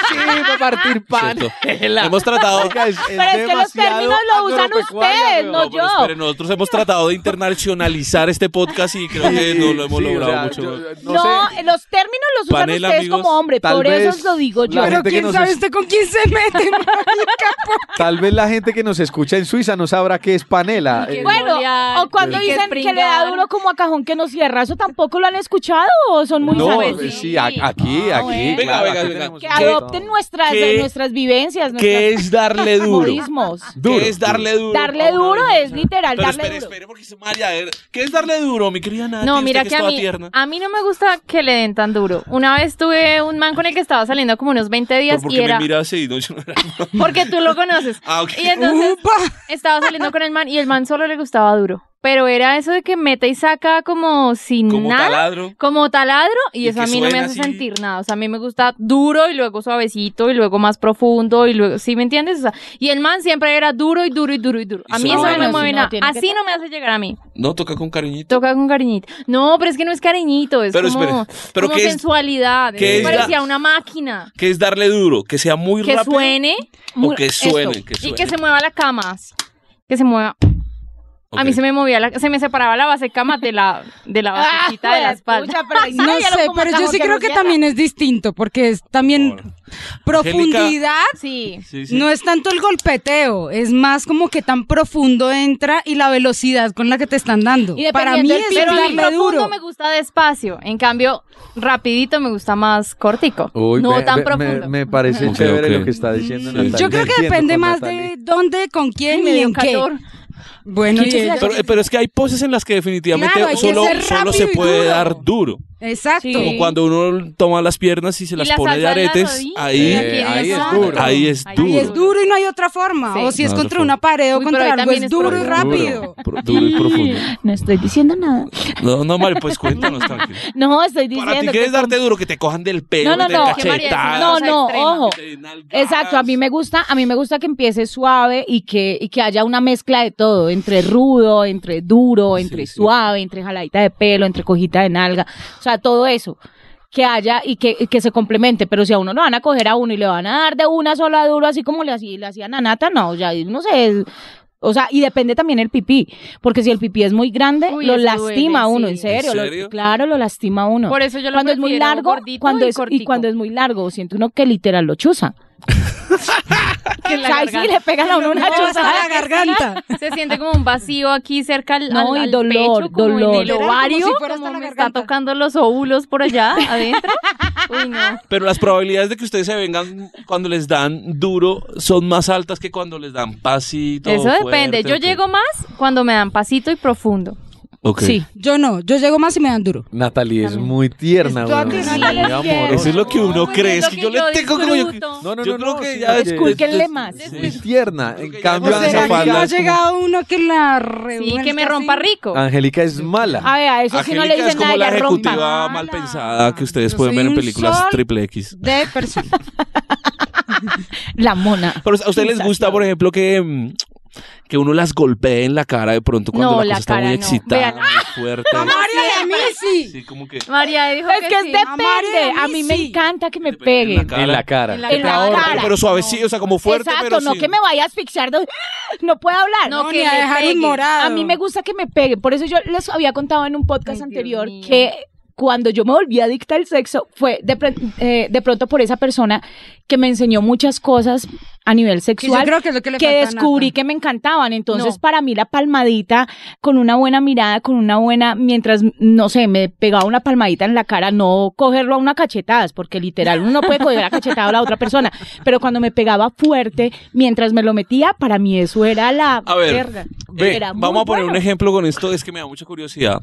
S2: sí, para partir pan.
S3: ¿cierto? Hemos tratado...
S2: Oiga, es- es
S6: Pero es que los
S2: demasiado
S6: términos lo usan
S2: agropecuaria,
S6: ustedes,
S2: weón.
S6: no
S3: pero
S6: yo.
S3: espere, nosotros hemos tratado de internacionalizar este podcast y creo que no lo hemos
S2: Sí, o
S3: logrado
S2: sea,
S3: mucho.
S2: yo- yo
S6: No,
S2: sé.
S6: los términos los usan
S3: Panela,
S6: ustedes
S3: amigos,
S6: como hombre.
S2: tal
S6: Por eso
S2: vez
S6: os lo digo yo.
S2: la
S7: Pero
S2: gente que
S7: quién
S2: nos
S7: sabe
S2: es-
S7: usted con quién se mete, marica, por-
S2: Tal vez la gente que nos escucha en Suiza no sabrá qué es panela.
S5: Y que-
S2: Eh,
S5: Bueno,
S6: Bueno,
S5: bolear,
S6: o cuando
S5: y que es
S6: dicen que, le da
S5: pringar.
S6: duro como a cajón que no cierra, ¿eso tampoco lo han escuchado o son muy
S2: no,
S6: sabios?
S5: sabes,
S2: sí,
S5: sí.
S2: a- aquí,
S6: Ah,
S2: aquí.
S3: Venga,
S6: bueno.
S2: claro,
S3: venga,
S2: aquí
S3: venga.
S2: tenemos
S6: Que
S2: un montón.
S6: adopten nuestras,
S3: ¿Qué-
S6: nuestras vivencias,
S3: ¿Qué
S6: nuestros
S3: es darle duro?
S6: modismos.
S2: Duro.
S3: ¿Qué es darle duro? a
S6: Darle
S3: una
S6: duro
S3: vagina?
S6: es literal,
S3: Pero
S6: darle
S3: espere,
S6: duro.
S3: espere, porque se María, a ver, ¿qué es darle duro, mi querida Nati?
S5: No,
S3: Usted
S5: mira
S3: que,
S5: que
S3: es
S5: a
S3: toda
S5: mí,
S3: tierna.
S5: a mí no me gusta que le den tan duro. Una vez tuve un man con el que estaba saliendo como unos 20
S3: Pero
S5: días
S3: porque
S5: y era
S3: me mira así, no, yo no era-
S5: porque tú lo conoces.
S3: Ah, ok.
S5: Y entonces
S7: Upa.
S5: estaba saliendo con el man y el man solo le gustaba duro. Pero era eso de que mete y saca como sin
S3: Como
S5: nada.
S3: taladro.
S5: Como taladro y,
S3: Y
S5: eso
S3: que
S5: a mí no me
S3: suena
S5: hace
S3: así.
S5: sentir nada. O sea, a mí me gusta duro y luego suavecito y luego más profundo y luego, ¿sí me entiendes? O sea, y el man siempre era duro y duro y duro y duro.
S3: Y
S5: A mí
S3: suena
S5: eso no
S3: bueno,
S5: me
S3: si
S5: mueve
S6: no,
S5: nada.
S6: tiene que
S5: Así no me hace llegar a mí.
S3: No, toca con cariñito.
S5: Toca con cariñito. No, pero es que no es cariñito, es
S3: Pero
S5: como,
S3: espere, pero
S5: como
S3: ¿qué es-
S5: sensualidad.
S3: qué
S5: Me
S3: es la-
S5: parecía una máquina.
S3: ¿Qué es darle duro? ¿Que sea muy
S5: Que
S3: rápido?
S5: suene
S3: O que suene,
S6: Esto.
S3: que
S5: y
S3: suene.
S5: que se mueva la cama. Que se mueva.
S3: Ok.
S5: A mí se me movía la, se me separaba la base de cama de la, de la
S6: Ah,
S5: basecita de la espalda.
S6: pucha, pero ahí
S7: No
S6: sale, ya lo
S7: sé,
S6: como
S7: pero yo
S6: cajón
S7: sí creo que
S6: cierra.
S7: también es distinto, porque es también
S3: Ahora.
S7: profundidad.
S5: Sí.
S3: Sí, sí.
S7: No es tanto el golpeteo, es más como que tan profundo entra y la velocidad con la que te están dando.
S6: Y
S7: Para mí
S6: dependiendo
S7: es
S6: del
S5: Pero a mí
S7: darle
S5: profundo
S7: duro.
S5: me gusta despacio. En cambio, rapidito me gusta más cortico.
S2: Uy,
S5: no
S2: ve-
S5: tan
S2: ve- me,
S5: profundo.
S2: Me, parece
S3: Ok,
S2: chévere
S3: ok.
S2: lo que está diciendo
S3: Sí.
S2: Natalia.
S7: Yo creo que
S2: Entiendo
S7: depende
S2: con
S7: más
S2: Natalia.
S7: de dónde, con
S5: Ay,
S7: quién
S5: me
S7: y
S5: dio
S7: en qué.
S5: calor.
S7: Bueno, y ella-
S3: Pero, eh, pero es que hay poses en las que definitivamente
S7: Claro, hay que
S3: solo,
S7: ser
S3: solo
S7: rápido
S3: se
S7: y
S3: puede
S7: duro.
S3: dar duro.
S7: eh, exacto.
S6: Sí.
S3: Como cuando uno toma las piernas y se
S5: Y
S3: las
S5: la
S3: pone de
S5: salsa en la
S3: aretes,
S5: rodilla,
S3: ahí,
S5: aquí en
S2: ahí
S5: el
S2: es
S5: brazo.
S2: duro.
S3: ahí es
S5: Ahí
S7: Y
S3: duro.
S7: es duro y no hay otra forma.
S5: Sí.
S7: O si es
S3: No,
S7: contra
S3: no
S7: una pared
S5: Uy,
S7: o
S5: pero
S7: contra
S5: ahí
S7: algo,
S5: también
S7: es
S5: es
S7: duro y
S5: prohibido.
S7: rápido.
S3: Pro- duro y profundo.
S6: No estoy diciendo nada.
S3: No, no, Mari, pues cuéntanos, tranquilo.
S6: No, estoy diciendo.
S3: Para ti, ¿qué
S6: que
S3: es darte duro? Que te cojan del pelo,
S6: No, no,
S3: que te
S6: no.
S5: Que María,
S3: cachetadas.
S6: No,
S5: cosa
S6: no,
S5: extrema.
S6: ojo. Exacto, a mí me gusta, a mí me gusta que empiece suave y que, y que haya una mezcla de todo, entre rudo, entre duro, entre
S3: sí.
S6: suave, entre jaladita de pelo, entre cojita de nalga, o sea, todo eso que haya y que, y que se complemente, pero si a uno lo van a coger a uno y le van a dar de una sola duro, así como le, hacía- le hacían a Nata, no, ya uno se, O sea, y depende también el pipí, porque si el pipí es muy grande,
S5: Uy,
S6: lo
S5: eso
S6: lastima a
S5: duele,
S6: uno,
S5: sí.
S6: en serio.
S3: ¿En
S6: lo-
S3: serio?
S6: claro, lo lastima a uno.
S5: Por eso yo lo
S6: cuando es muy
S5: prefiero
S6: largo,
S5: gordito
S6: cuando
S5: y
S6: es, y
S5: cortico.
S6: cuando es muy largo, siente uno que literal lo chuza.
S5: Que en la
S6: o sea, ahí sí
S5: garganta.
S6: le pegan a uno una
S7: No, hasta
S6: chuza.
S7: la garganta.
S5: Se siente como un vacío aquí cerca al,
S6: No,
S5: al-
S6: y
S5: al
S6: dolor,
S5: pecho, como
S6: dolor.
S5: en el ovario,
S7: Como si
S5: como,
S7: fuera hasta la
S5: me está
S7: garganta.
S5: tocando los óvulos por allá adentro. Uy, no.
S3: Pero las probabilidades de que ustedes se vengan cuando les dan duro son más altas que cuando les dan pasito.
S5: Eso
S3: fuerte,
S5: depende. Yo
S3: ¿o qué?
S5: llego más cuando me dan pasito y profundo.
S3: Ok.
S6: Sí.
S7: Yo no, yo llego más y me dan duro.
S2: Natalie es muy tierna,
S7: Estoy
S2: weón.
S7: aquí,
S2: Sí,
S7: Natalie es
S2: amorosa.
S6: tierna.
S3: Eso es lo que uno cree. pues, Es que yo, le tengo como yo.
S2: No, no,
S3: Yo
S2: no,
S3: creo
S2: no,
S3: que
S2: sí,
S3: ya
S2: oye,
S6: Esculquenle
S2: es-
S6: más.
S2: es muy tierna. En
S7: O
S2: cambio,
S3: Yo
S7: será
S3: esa
S7: que no
S3: falda
S7: ha
S2: Angélica,
S3: es como-
S7: llegado uno que la revuelca
S5: Sí, que me
S7: así?
S5: rompa rico.
S3: Ah,
S2: Angélica es mala.
S6: A ver, a eso sí no le
S3: Angélica es
S6: dicen
S3: como
S6: nada,
S3: la
S6: ya rompa.
S3: ejecutiva mal
S7: Mala.
S3: pensada que ustedes
S7: Yo
S3: pueden
S7: soy
S3: ver en
S7: un
S3: películas
S7: sol.
S3: triple X.
S7: De persona.
S6: La mona.
S3: Pero a ustedes les gusta, por ejemplo, que, mm, que uno las golpee en la cara de pronto cuando
S5: No,
S3: la
S5: la
S3: cosa está
S5: cara
S3: muy
S5: no.
S3: excitada,
S5: Vean.
S3: muy fuerte.
S7: María, a mí sí.
S3: Sí, como que
S5: María dijo
S6: Es
S5: que,
S6: que es
S5: sí.
S6: depende.
S7: María,
S6: A mí me
S7: sí.
S6: encanta que me
S3: en la
S6: peguen.
S3: cara.
S2: En la cara.
S5: En
S6: En
S5: Te
S6: la
S5: ahorca,
S6: cara.
S3: Pero suavecito, o sea, como fuerte,
S6: Exacto,
S3: pero
S6: no
S3: sí.
S6: que me vaya a asfixiar. de- No puedo hablar.
S5: No,
S7: No,
S5: que
S7: ni a
S5: le
S7: dejar
S5: pegue.
S7: un morado.
S6: A mí me gusta que me pegue. Por eso yo les había contado en un podcast
S5: Ay, Dios
S6: anterior
S5: mío.
S6: que cuando yo me volví adicta al sexo fue de, pr- eh, de pronto por esa persona que me enseñó muchas cosas a nivel
S7: Que yo
S6: sexual
S7: creo que es lo que le
S6: que
S7: falta a
S6: descubrí
S7: Nata.
S6: que me encantaban. Entonces,
S5: No.
S6: para mí, la palmadita con una buena mirada, con una buena. Mientras, no sé, me pegaba una palmadita en la cara, no cogerlo a una cachetadas, porque literal uno no puede coger la cachetada a la otra persona. Pero cuando me pegaba fuerte, mientras me lo metía, para mí eso era la.
S3: A ver,
S6: verga.
S3: Ve,
S6: Era muy
S3: vamos a poner
S6: bueno.
S3: un ejemplo con esto, es que me da mucha curiosidad.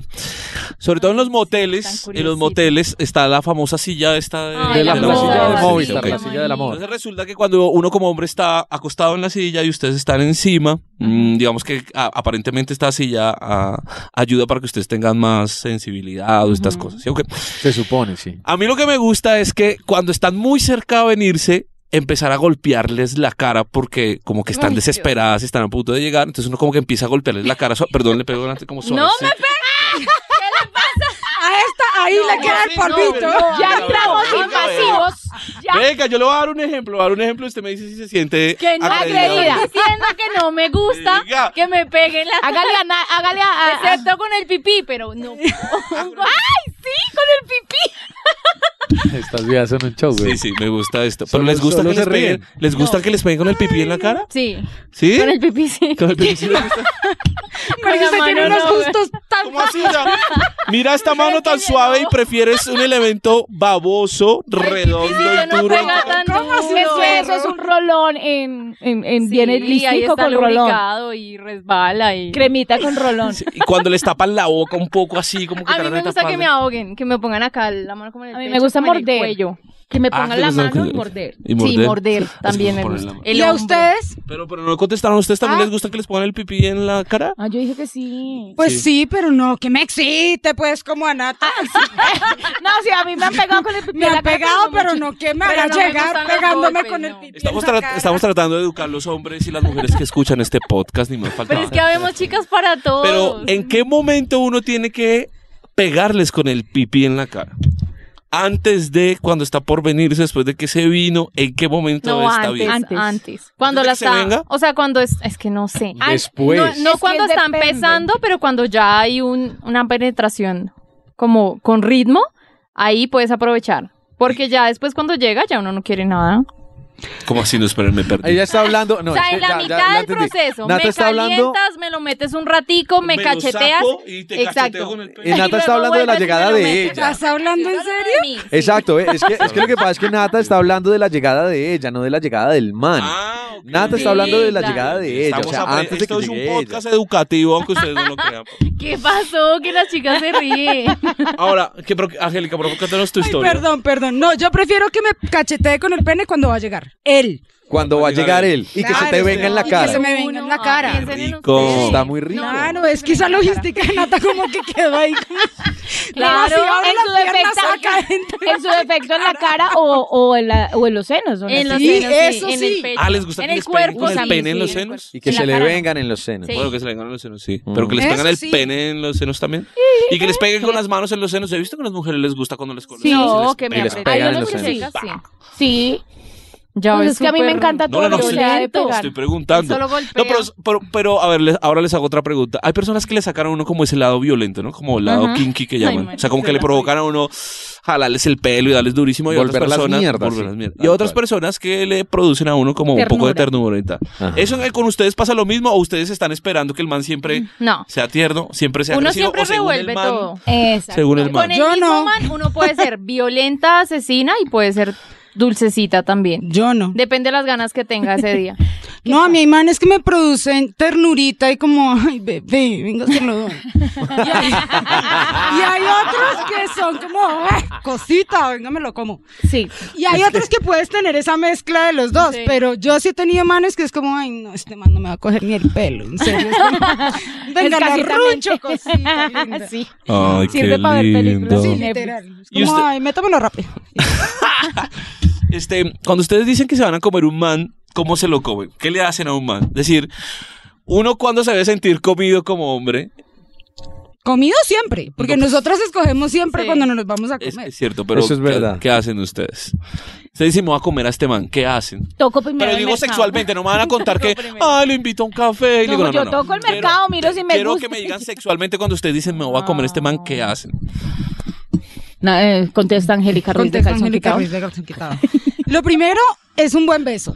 S3: Sobre todo en los moteles,
S6: tan
S3: en los
S6: curiosita.
S3: moteles está la famosa silla esta de,
S5: Ay,
S2: De la
S5: la
S2: la silla
S5: moda.
S2: del
S3: móvil.
S2: Movistar,
S3: ok.
S2: la silla del amor.
S3: Entonces resulta que cuando uno como hombre está acostado en la silla y ustedes están encima, mm, digamos que a- aparentemente esta silla ah, ayuda para que ustedes tengan más sensibilidad o estas cosas. ¿sí? Ok.
S2: Se supone, sí.
S3: A mí lo que me gusta es que cuando están muy cerca de venirse, empezar a golpearles la cara porque como que están
S5: Ay, Dios.
S3: desesperadas, están a punto de llegar, entonces uno como que empieza a golpearles la cara, sua- perdón, le pego delante como suave.
S5: No
S3: sí.
S5: me pegues. ¿Qué le pasa?
S7: A Ah, esta, ahí le queda el
S3: sí, no,
S7: polvito.
S3: no.
S6: Ya
S3: Venga,
S6: entramos
S3: venga,
S6: invasivos. Ya.
S3: Venga, yo le voy a dar un ejemplo, voy a dar un ejemplo y usted me dice si se siente
S6: Que no,
S5: Agredida.
S6: Agredida.
S5: Diciendo que no me gusta
S3: Ah, Diga.
S5: que me peguen la cara.
S6: Hágale a. na- Hágale a- a- a-
S5: Excepto con el pipí, pero no. ¡Ay, sí! Con el pipí.
S2: Estas vidas son un show, güey.
S3: Sí, sí, me gusta esto. Pero
S2: Solo-
S3: les gusta
S2: solo
S3: que les
S2: se
S3: peguen. ¿Les gusta que les peguen con el pipí en la cara?
S5: Sí,
S3: ¿Sí?
S5: con el pipí sí.
S3: Con el pipí sí les gusta.
S5: Con la
S7: Usted tiene
S5: mano
S7: unos
S5: no, güey.
S7: gustos tan
S3: ¿Cómo así? ya? Mira esta mano tan
S5: que
S3: suave y
S5: no.
S3: prefieres un elemento baboso, redondo
S5: Yo
S3: y
S5: no
S3: duro.
S5: pega tan duro.
S3: Ah,
S6: Eso, eso es un rolón en, en, en
S5: Sí,
S6: viene
S5: ahí
S6: listico
S5: está
S6: con rolón.
S5: lubricado y resbala y...
S6: Cremita con rolón.
S3: Sí, Y cuando les tapan la boca un poco así, como que
S5: A mí
S3: tratan
S5: me
S3: de
S5: gusta que
S3: taparle.
S5: me ahoguen, que me pongan acá la mano como en el
S6: A mí me
S5: pecho,
S6: gusta
S5: como en el
S6: morder.
S5: cuello.
S6: Que me
S3: Ah,
S6: pongan
S3: que
S6: la
S3: les dan-
S6: mano y morder.
S3: Y morder.
S5: Sí, morder también me
S3: poner la
S5: gusta.
S3: mano.
S5: El
S7: ¿Y a
S5: hombro.
S7: ustedes?
S3: Pero, pero no contestaron. ¿Ustedes también
S5: Ah.
S3: les gusta que les pongan el pipí en la cara?
S6: Ah, yo dije que sí.
S7: Pues
S3: Sí.
S7: sí. pero no, que me excite, pues, como a Nata.
S6: No, sí, a mí me han pegado con el pipí
S7: me
S6: en la
S7: han
S6: cara,
S7: pegado,
S6: como
S7: pero
S6: mucho.
S7: no que me
S5: Pero
S7: haga
S5: no me
S7: llegar
S5: gustan los
S6: pues,
S7: pegándome
S5: golpes,
S7: con
S5: no.
S7: el pipí. en
S3: Estamos,
S7: la
S3: tra-
S7: cara.
S3: estamos tratando de educar los hombres y las mujeres que escuchan este podcast, ni más faltaba.
S5: Pero es que habemos chicas para todos.
S3: Pero, ¿en qué momento uno tiene que pegarles con el pipí en la cara? Antes de cuando está por venirse, después de que se vino, ¿en qué momento
S5: no,
S3: está
S5: antes,
S3: bien?
S5: antes,
S6: Antes.
S5: Cuando
S3: ¿Antes de
S5: la
S3: que se
S5: está,
S3: venga?
S5: o sea, cuando es, es que no sé.
S2: Ay, Después.
S5: No,
S2: Es
S5: no
S6: que
S5: cuando están
S6: depende.
S5: empezando, pero cuando ya hay un- una penetración como con ritmo, ahí puedes aprovechar. Porque ya después cuando llega ya uno no quiere nada.
S3: ¿Cómo así? No, esperen, me perdí.
S2: Ella está hablando. No,
S5: o sea,
S2: es que
S5: en la
S2: ya- ya-
S5: mitad
S2: ya
S5: del
S2: entendí.
S5: proceso,
S2: Nata
S5: me
S2: está hablando.
S5: calientas, me lo metes un ratico, me,
S3: lo
S5: cacheteas.
S3: saco y te
S5: Exacto.
S3: cacheteo con el pelo.
S2: Eh, Nata está hablando de la llegada de ella.
S7: ¿Estás hablando en serio?
S2: Exacto, eh, es que, es que lo que pasa es que Nata está hablando de la llegada de ella, no de la llegada del man.
S3: Ah, ok.
S2: Nata
S5: Sí,
S2: está hablando de la
S5: claro.
S2: llegada de ella, o
S3: Estamos
S2: sea,
S3: apre-
S2: antes de que
S3: Esto es
S2: llegue
S3: un podcast
S2: ella.
S3: educativo, aunque ustedes no lo crean.
S5: ¿Qué pasó? Que las chicas se ríen.
S3: Ahora, ¿qué, pro- Angélica, por favor, cuéntanos tu
S7: Ay,
S3: historia.
S7: perdón, perdón. No, yo prefiero que me cachetee con el pene cuando va a llegar. Él.
S2: Cuando va a llegar él y que se te
S7: Claro,
S2: venga en
S7: y
S2: la
S7: que
S2: cara.
S7: se me venga en la
S5: Uno,
S7: cara.
S5: ah, piensen en
S3: Rico.
S5: ustedes.
S2: Eso está muy rico.
S7: Claro, Ah, es que esa logística de Nata como que quedó ahí. como-
S6: Claro,
S7: Como si ahora
S6: en
S7: la
S6: su
S7: pierna
S6: defecto.
S7: saca adentro.
S6: En su defecto en la cara o, o, en, la- o en los senos. ¿o no?
S5: En los
S7: Sí,
S5: senos,
S7: eso
S5: en
S7: sí.
S5: el pecho.
S3: Ah, ¿les gusta
S5: en
S3: que
S5: el
S3: les peguen
S5: cuerpo,
S3: con el
S5: sí,
S3: pene en
S5: sí,
S3: los
S5: el
S3: senos?
S2: Y que
S5: En la
S2: se le
S5: cara.
S2: vengan en los senos.
S5: Sí. Mm.
S3: Bueno, que se le vengan en los senos, sí. Pero que les
S7: Eso
S3: pegan el
S7: sí.
S3: pene en los senos también. Y que les peguen con las manos en los senos. He visto que a las mujeres les gusta cuando les colocan.
S5: Sí,
S3: se les
S5: que
S2: y
S5: me
S2: les
S5: apretan
S2: pegan
S5: Hay
S2: en
S5: unos
S2: los
S5: que
S2: senos.
S5: sí.
S6: Sí.
S5: Ya
S6: Pues
S5: ves,
S6: es que a mí me
S5: súper
S6: encanta
S3: No,
S6: todo
S3: no, no,
S6: lo que
S3: estoy-
S6: sea de
S5: estoy
S6: pegar.
S3: Estoy preguntando.
S5: Solo
S3: No,
S5: golpea.
S3: pero, pero, pero, a ver, les- ahora les hago otra pregunta. Hay personas que le sacaron a uno como ese lado violento, ¿no? Como el lado
S5: Ajá.
S3: kinky que llaman.
S5: Ay,
S3: o sea, como que le
S5: marica.
S3: provocan a uno jalarles el pelo y darles durísimo. Y a
S2: Volver
S3: otras
S2: las
S3: personas,
S2: mierdas,
S3: volver
S2: sí.
S3: las mierdas. Y
S2: Tal
S3: a otras
S2: cual.
S3: personas que le producen a uno como un poco de ternurita.
S2: Ajá.
S3: ¿Eso en el- con ustedes pasa lo mismo o ustedes están esperando que el man siempre
S5: No.
S3: sea tierno, siempre sea
S5: Uno
S3: agresivo,
S5: siempre
S3: o según el
S5: revuelve
S3: man-
S5: todo.
S6: Exacto.
S3: Según el man.
S5: Con el
S7: Yo
S5: mismo
S7: no.
S5: man uno puede ser violenta, asesina y puede ser dulcecita también.
S7: Yo no.
S5: Depende de las ganas que tenga ese día.
S7: No, a mí hay manes que me producen ternurita y como, ay, bebé, venga, te lo doy. Y hay, y hay otros que son como, "Ay, cosita, venga, me lo como.
S6: Sí.
S7: Y hay otros que puedes tener esa mezcla de los dos,
S5: Sí.
S7: pero yo sí he tenido manes que es como, ay, no, este man no me va a coger ni el pelo, en serio. es como, venga,
S6: Es
S7: la
S6: casi
S7: arruncho,
S6: también.
S7: cosita linda".
S6: Sí.
S3: Ay,
S6: Sirve para ver películas.
S7: Sí,
S6: Netflix.
S7: literal. Es
S3: ¿Y
S7: como,
S3: usted-
S7: ay, métamelo rápido.
S3: Este, cuando ustedes dicen que se van a comer un man, ¿cómo se lo comen? ¿Qué le hacen a un man? Es decir, uno cuando se debe sentir comido como hombre,
S7: Comido siempre, porque nosotros escogemos siempre
S5: Sí.
S7: cuando nos vamos a
S3: pues, es,
S7: comer.
S3: es cierto, pero
S2: Eso es
S3: ¿qué-
S2: verdad.
S3: ¿qué, hacen ustedes? Ustedes dicen, me voy a comer a este man, ¿qué hacen?
S6: Toco primero
S3: Pero
S6: el
S3: digo
S6: mercado.
S3: sexualmente, no me van a contar que, ah, lo invito a un café. Y
S6: No,
S3: digo, no,
S6: yo
S3: no, no.
S6: toco el
S3: Quiero-
S6: mercado, miro si me
S3: Quiero
S6: gusta.
S3: que me digan sexualmente cuando ustedes dicen, me voy a comer a este man, ¿qué hacen?
S6: Na- eh, contesta Angélica Ruiz de
S7: Contesta
S6: Calzón
S7: Angélica
S6: Quitado.
S7: Ruiz de Calzón Quitado. Lo primero es un buen beso.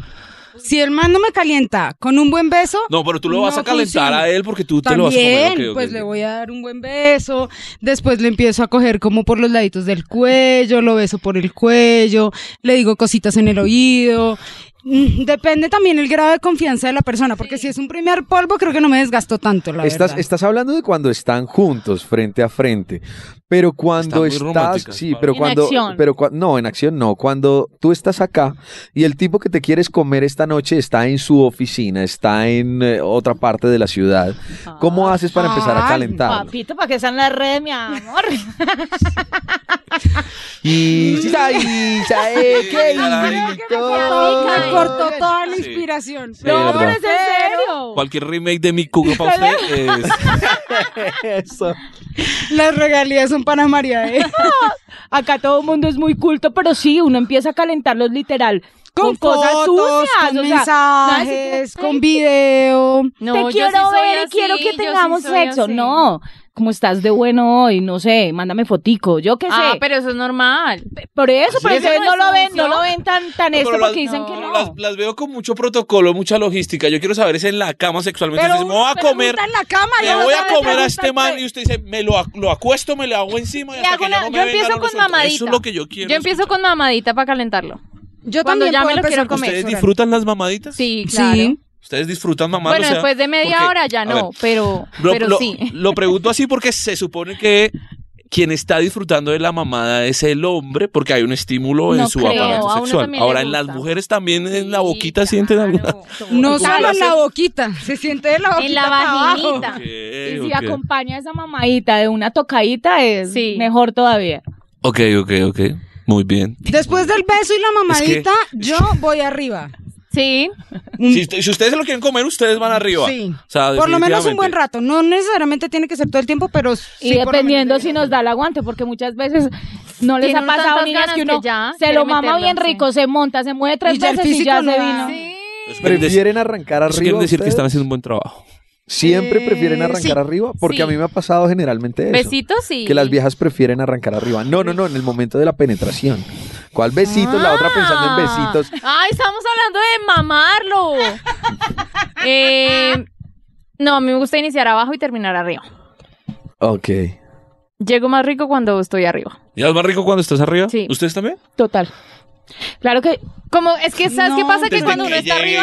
S7: Si el man no me calienta con un buen beso.
S3: No, pero tú lo vas
S7: no
S3: a calentar
S7: funciona.
S3: a él porque tú te
S7: También,
S3: lo vas a comer. ok, ok,
S7: pues
S3: ok.
S7: le voy a dar un buen beso. Después le empiezo a coger como por los laditos del cuello, lo beso por el cuello, le digo cositas en el oído. Mm, Depende también el grado de confianza de la persona, porque si es un primer polvo, creo que no me desgastó tanto, la
S2: Estás,
S7: verdad.
S2: estás hablando de cuando están juntos, frente a frente. Pero cuando
S3: muy
S2: estás.
S3: románticas,
S2: Sí,
S3: Pablo.
S2: pero
S6: En
S2: cuando.
S6: acción.
S2: Pero cua- no, en acción no. Cuando tú estás acá y el tipo que te quieres comer esta noche está en su oficina, está en eh, otra parte de la ciudad. ¿Cómo haces para empezar a
S7: Ah. Ay,
S2: calentar?
S6: Papito, para que están las redes, mi amor.
S2: Y. ¡Ay, Isael, qué
S3: Creo
S2: lindo!
S7: Me cortó toda la
S3: Sí.
S7: inspiración.
S3: Sí, No, pero
S6: ¿Es en serio?
S3: Cualquier remake de mi cubo para usted es...
S2: Eso.
S7: Las regalías son para María, ¿eh?
S6: Acá todo el mundo es muy culto, pero sí, uno empieza a calentarlos literal. Con, cosas
S7: fotos,
S6: sucias,
S7: con
S6: o sea, nada de que-
S7: mensajes, con video.
S5: No,
S6: te
S5: yo sí
S6: quiero
S5: soy
S6: ver y
S5: así,
S6: quiero
S5: yo
S6: que
S5: sí
S6: tengamos
S5: soy
S6: sexo.
S5: así.
S6: No, como estás de bueno hoy, no sé, mándame fotico, yo qué sé.
S5: Ah, pero eso es normal.
S6: Por eso, pero
S5: ¿Sí?
S6: ustedes
S5: ¿Eso no
S6: no
S5: es
S6: lo ven, no
S5: sucio?
S6: lo ven tan, tan
S3: No,
S6: esto
S3: pero
S6: porque
S5: Este
S3: las-
S6: dicen
S5: no,
S6: que no.
S3: Las, las veo con mucho protocolo, mucha logística. Yo quiero saber es en la cama sexualmente.
S7: Pero
S3: Entonces, me
S7: uno
S3: voy a
S7: pregunta
S3: comer,
S7: en la cama,
S3: me
S7: ya no
S3: voy a
S7: sabe
S3: comer a
S7: preguntar
S3: este man y usted dice, me lo, ac- lo acuesto, me le hago encima y
S5: Le
S3: hasta
S5: hago
S3: que ya
S5: una-
S3: no me
S5: yo
S3: venga,
S5: empiezo
S3: no lo
S5: con
S3: suelto.
S5: mamadita.
S3: Eso es lo que yo quiero.
S5: Yo empiezo con mamadita para calentarlo.
S7: Yo
S5: Cuando
S7: también
S5: ya
S7: puedo
S5: me lo
S7: empezar
S5: quiero
S7: con
S5: comer.
S3: ¿Ustedes
S7: eso,
S3: disfrutan las mamaditas?
S5: Sí, claro.
S7: Sí.
S3: ¿Ustedes disfrutan mamar?
S5: Bueno,
S3: O sea,
S5: después de media
S3: porque-
S5: hora ya
S3: a
S5: no,
S3: ver,
S5: pero,
S3: lo,
S5: pero
S3: lo-
S5: sí.
S3: lo pregunto así porque se supone que quien está disfrutando de la mamada es el hombre porque hay un estímulo en
S5: No
S3: su
S5: creo,
S3: aparato
S5: a uno
S3: sexual.
S5: también le
S3: Ahora, en las
S5: gusta.
S3: mujeres también en la
S5: Sí,
S3: boquita sienten
S5: claro.
S3: alguna... ¿Cómo lo
S7: No solo en
S3: haces?
S7: la boquita, se siente de la boquita.
S5: En la
S7: para abajo.
S5: vaginita.
S3: Ok,
S6: Y si
S3: ok.
S6: acompaña esa mamadita de una tocadita es
S5: Sí.
S6: mejor todavía.
S3: Ok, ok, ok. Muy bien.
S7: Después del beso y la
S3: que-
S7: mamadita, yo voy arriba.
S5: Sí,
S3: Si, usted- si ustedes se lo quieren comer, ustedes van arriba.
S7: Sí.
S3: O sea,
S7: Por lo menos
S3: definitivamente.
S7: un buen rato. No necesariamente tiene que ser todo el tiempo, pero sí.
S6: y
S7: por lo
S6: dependiendo
S7: menos-
S6: si nos da el aguante, porque muchas veces no les ha
S5: Tienen
S6: pasado
S5: tantas
S6: niñas que
S5: ganas
S6: uno
S5: que ya
S6: se
S5: quiere
S6: lo mama
S5: meterlo,
S6: bien
S5: sí.
S6: rico, se monta, se mueve tres
S7: Y ya el
S6: veces y
S7: físico
S6: ya
S7: no
S6: se
S7: da.
S6: vino.
S3: Eso quiere decir-
S2: ¿Prefieren arrancar
S3: eso quiere
S2: arriba?
S3: decir que están
S2: ustedes?
S3: haciendo un buen trabajo.
S2: ¿Siempre
S7: Eh,
S2: prefieren arrancar
S7: sí. Pues
S2: arriba? Porque
S5: Sí.
S2: a mí me ha pasado generalmente eso.
S5: besitos sí.
S2: Que las viejas prefieren arrancar arriba. No, no, no, en el momento de la penetración. ¿Cuál besito? La otra pensando en
S5: Ah.
S2: besitos.
S5: Ay, estamos hablando de mamarlo. Eh, no, a mí me gusta iniciar abajo y terminar arriba.
S2: Ok.
S5: Llego más rico cuando estoy arriba.
S3: ¿Y es más rico cuando estás arriba?
S5: Sí.
S3: ¿Ustedes también?
S6: Total. Claro que
S5: Como, es que, ¿sabes
S7: No,
S5: qué pasa? Que
S7: desde
S5: cuando
S7: que
S5: uno está arriba...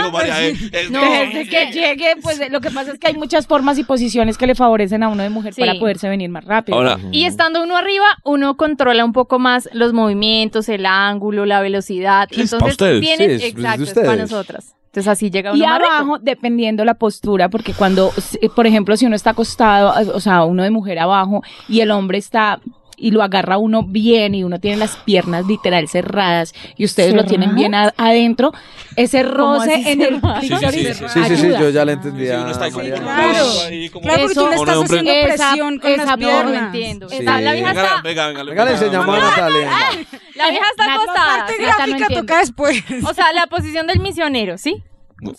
S3: no.
S6: desde que llegue, pues lo que pasa es que hay muchas formas y posiciones que le favorecen a uno de mujer
S5: Sí.
S6: para poderse venir más rápido.
S3: Ahora,
S5: Y estando uno arriba, uno controla un poco más los movimientos, el ángulo, la velocidad.
S3: Sí, es
S5: Entonces,
S3: pa' ustedes,
S5: tienen-
S2: sí, es- es de
S5: exacto, es
S2: ustedes.
S5: para nosotras. Entonces, así llega uno
S6: Y
S5: más rico.
S6: abajo, dependiendo la postura, porque cuando, eh, por ejemplo, si uno está acostado, eh, o sea, uno de mujer abajo y el hombre está y lo agarra uno bien y uno tiene las piernas literal cerradas y ustedes lo tienen bien a- adentro, ese roce
S5: así
S6: en el
S5: cerradas?
S3: Sí, sí, sí,
S6: clítoris
S3: sí,
S2: Sí, sí, sí,
S6: ayuda.
S2: yo ya la entendí.
S3: si
S2: a
S3: uno está ahí como-
S2: Mariana.
S7: claro.
S3: ahí como-
S7: Claro, porque tú
S6: Eso-
S7: le
S3: Ahora,
S7: estás
S3: hombre,
S7: haciendo
S6: esa-
S7: presión con
S6: esa
S7: las
S6: porra,
S5: No, no
S7: piernas.
S5: entiendo.
S2: Sí.
S5: Está- La vieja
S3: Venga,
S5: está...
S3: venga, venga.
S2: Venga, le enseñamos a Natalia.
S5: La vieja está
S6: Nat-
S5: acostada.
S7: Parte
S5: ¿sí?
S6: Nata no
S7: gráfica
S6: entiende.
S7: toca después.
S5: O sea, la posición del misionero, ¿sí?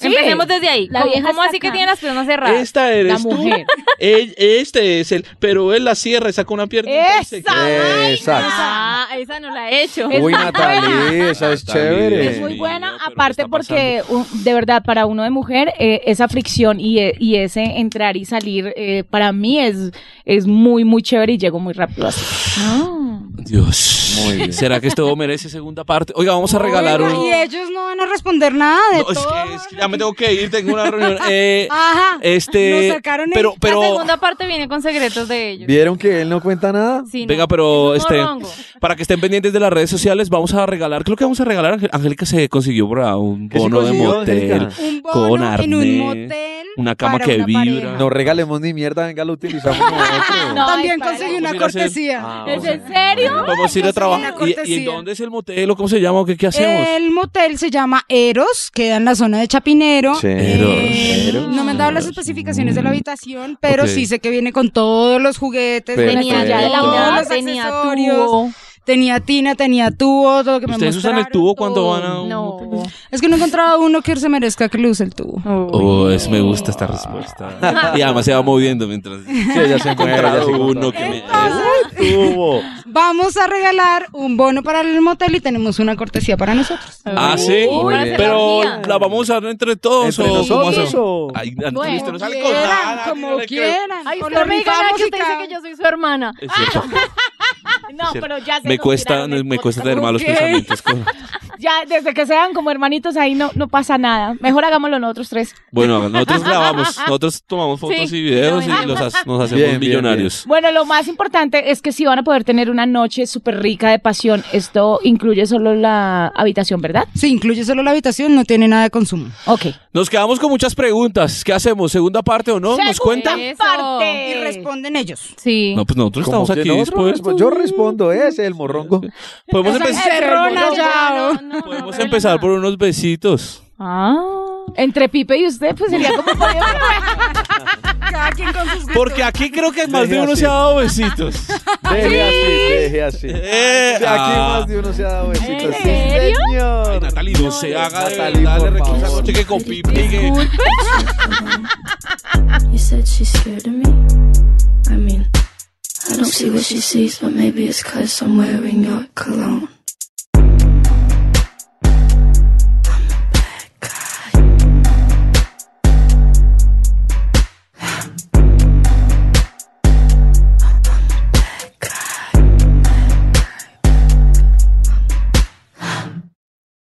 S5: Empecemos desde ahí.
S6: La
S5: ¿Cómo,
S6: vieja
S5: cómo
S6: está
S5: así que
S6: acá.
S5: tiene las piernas cerradas?
S3: Esta
S6: La
S3: eres tú.
S6: mujer.
S3: Él- este es el. Pero él la cierra y saca una pierna.
S6: ¡Esa!
S2: Exacto.
S5: Ah, esa no la he hecho.
S2: Uy,
S6: Esa-
S2: Natalie, esa es
S3: Natalie,
S2: chévere.
S6: Es muy
S3: Niño,
S6: buena,
S3: pero ¿qué
S6: aparte
S3: está
S6: porque un- de verdad para uno de mujer eh, esa fricción y, e- y ese entrar y salir eh, para mí es, es muy muy chévere y llego muy rápido así.
S3: Dios.
S2: Muy bien.
S3: ¿Será que esto merece segunda parte? Oiga, vamos a regalar
S7: Oiga,
S3: un.
S7: Y ellos no van a responder nada de
S3: No, es
S7: todo.
S3: que, es que ya me tengo que ir, tengo una reunión. Eh,
S7: Ajá.
S3: este.
S7: Nos sacaron el-
S3: pero, pero.
S5: La segunda parte viene con secretos de ellos.
S2: ¿Vieron que él no cuenta nada?
S5: Sí, no.
S3: Venga, pero
S5: Es un
S3: este,
S5: morrongo.
S3: para que estén pendientes de las redes sociales, vamos a regalar, creo que vamos a regalar, Ángel- Angélica se consiguió por ahí un
S2: ¿Qué se
S3: bono de
S2: consiguió,
S3: motel,
S2: Angélica?
S7: Un bono
S3: con arnés,
S7: en un motel
S3: una cama
S7: para
S3: que
S7: una
S3: vibra.
S7: pareja.
S2: No regalemos ni mierda, venga, lo utilizamos. nosotros.
S6: No,
S7: También
S6: es para-
S3: Vamos
S7: conseguí
S3: a
S7: una
S3: ir a hacer-
S7: cortesía.
S2: Ah,
S6: ¿Es
S2: bueno.
S6: en serio?
S3: Vamos a ir
S7: yo
S3: a
S7: soy una
S3: trabajar. ¿Y, y
S7: cortesía.
S3: dónde es el motel o cómo se llama o qué, qué hacemos?
S7: El motel se llama Eros, queda en la zona de Chapinero.
S2: Sí.
S7: Eh,
S2: Eros.
S7: No me han dado las especificaciones de la habitación, pero
S3: Mm. Ok.
S7: sí sé que viene con todos los juguetes,
S2: Perfecto.
S7: venía
S2: Tenía
S7: ya
S2: tina,
S7: todos los
S5: tenía
S7: accesorios,
S5: tubo.
S7: tenía tina, tenía tubo, todo lo que me
S3: ¿Ustedes usan el
S7: mostraron,
S3: tubo cuando
S7: todo.
S3: van a un
S5: No.
S3: motel?
S7: Es que no encontraba uno que se merezca que le use el tubo.
S3: Oh, es, me gusta esta respuesta. Y además se va moviendo mientras.
S2: Sí, ella se encuentra, ella se
S3: Encontrado uno
S2: encuentra.
S3: que me.
S2: Uy, tuvo.
S7: Vamos a regalar un bono para el motel y tenemos una cortesía para nosotros.
S3: Ah, sí.
S2: Muy
S5: Uy, van a
S2: bien.
S5: hacer
S3: Pero
S5: orgía.
S3: la vamos a usar entre todos.
S2: ¿Entre
S3: o cómo
S2: nosotros
S3: hacemos?
S2: o?
S3: Ay, Natalie,
S5: Bueno,
S3: usted no sale con
S7: Quieran,
S3: nada.
S7: como
S3: no le creo.
S7: quieran.
S5: Ay,
S7: O
S5: usted
S7: lo
S5: me gana
S7: rifamos
S5: que
S7: y
S5: usted dice
S7: cada-
S5: que yo soy su hermana.
S3: Es cierto.
S6: No,
S3: Cierto.
S6: pero ya se
S3: Me
S6: nos
S3: cuesta,
S6: tiraron el
S3: me cuesta
S6: podcast.
S3: tener malos
S6: Ok.
S3: pensamientos. con-
S6: Ya desde que sean como hermanitos ahí no, no pasa nada. Mejor hagámoslo nosotros tres.
S3: Bueno, nosotros grabamos, nosotros tomamos fotos
S5: Sí,
S3: y videos
S5: lo
S3: y los ha- nos hacemos
S2: Bien, bien,
S3: millonarios.
S6: Bueno, lo más importante es que sí van a poder tener una noche súper rica de pasión. Esto incluye solo la habitación, ¿verdad?
S7: Sí, incluye solo la habitación, no tiene nada de consumo.
S6: Ok.
S3: Nos quedamos con muchas preguntas. ¿Qué hacemos? ¿Segunda parte o no? ¿Nos cuentan?
S5: Eso.
S6: parte.
S7: Y responden ellos.
S5: Sí.
S3: No, pues nosotros
S2: Como
S3: estamos
S2: que Pues,
S3: aquí
S2: no,
S3: dispuestos.
S2: respondo, yo respondo, ese es el morrongo.
S3: Podemos,
S7: Esa
S3: empezar-
S7: encerrona ya.
S5: No, no, no,
S3: podemos
S5: no, no,
S3: empezar
S5: no.
S3: por unos besitos.
S5: Ah.
S6: Entre Pipe y usted, pues sería como
S7: Cada quien con sus gustos.
S3: Porque aquí creo que más de
S2: Deje
S3: uno
S2: así.
S3: se ha dado besitos.
S2: Deje así, deje así.
S3: Eh,
S2: Aquí
S3: ah.
S2: más de uno se ha dado besito.
S5: ¿En
S2: Sí,
S5: serio?
S2: señor.
S3: Natalie, no se haga de
S2: Natalie,
S3: verdad,
S2: por
S3: le recuerdo esa
S2: favor.
S3: noche que con Pipe y que-
S4: You said she's scared of me? I mean, I don't see what she sees, but maybe it's cause I'm wearing your cologne.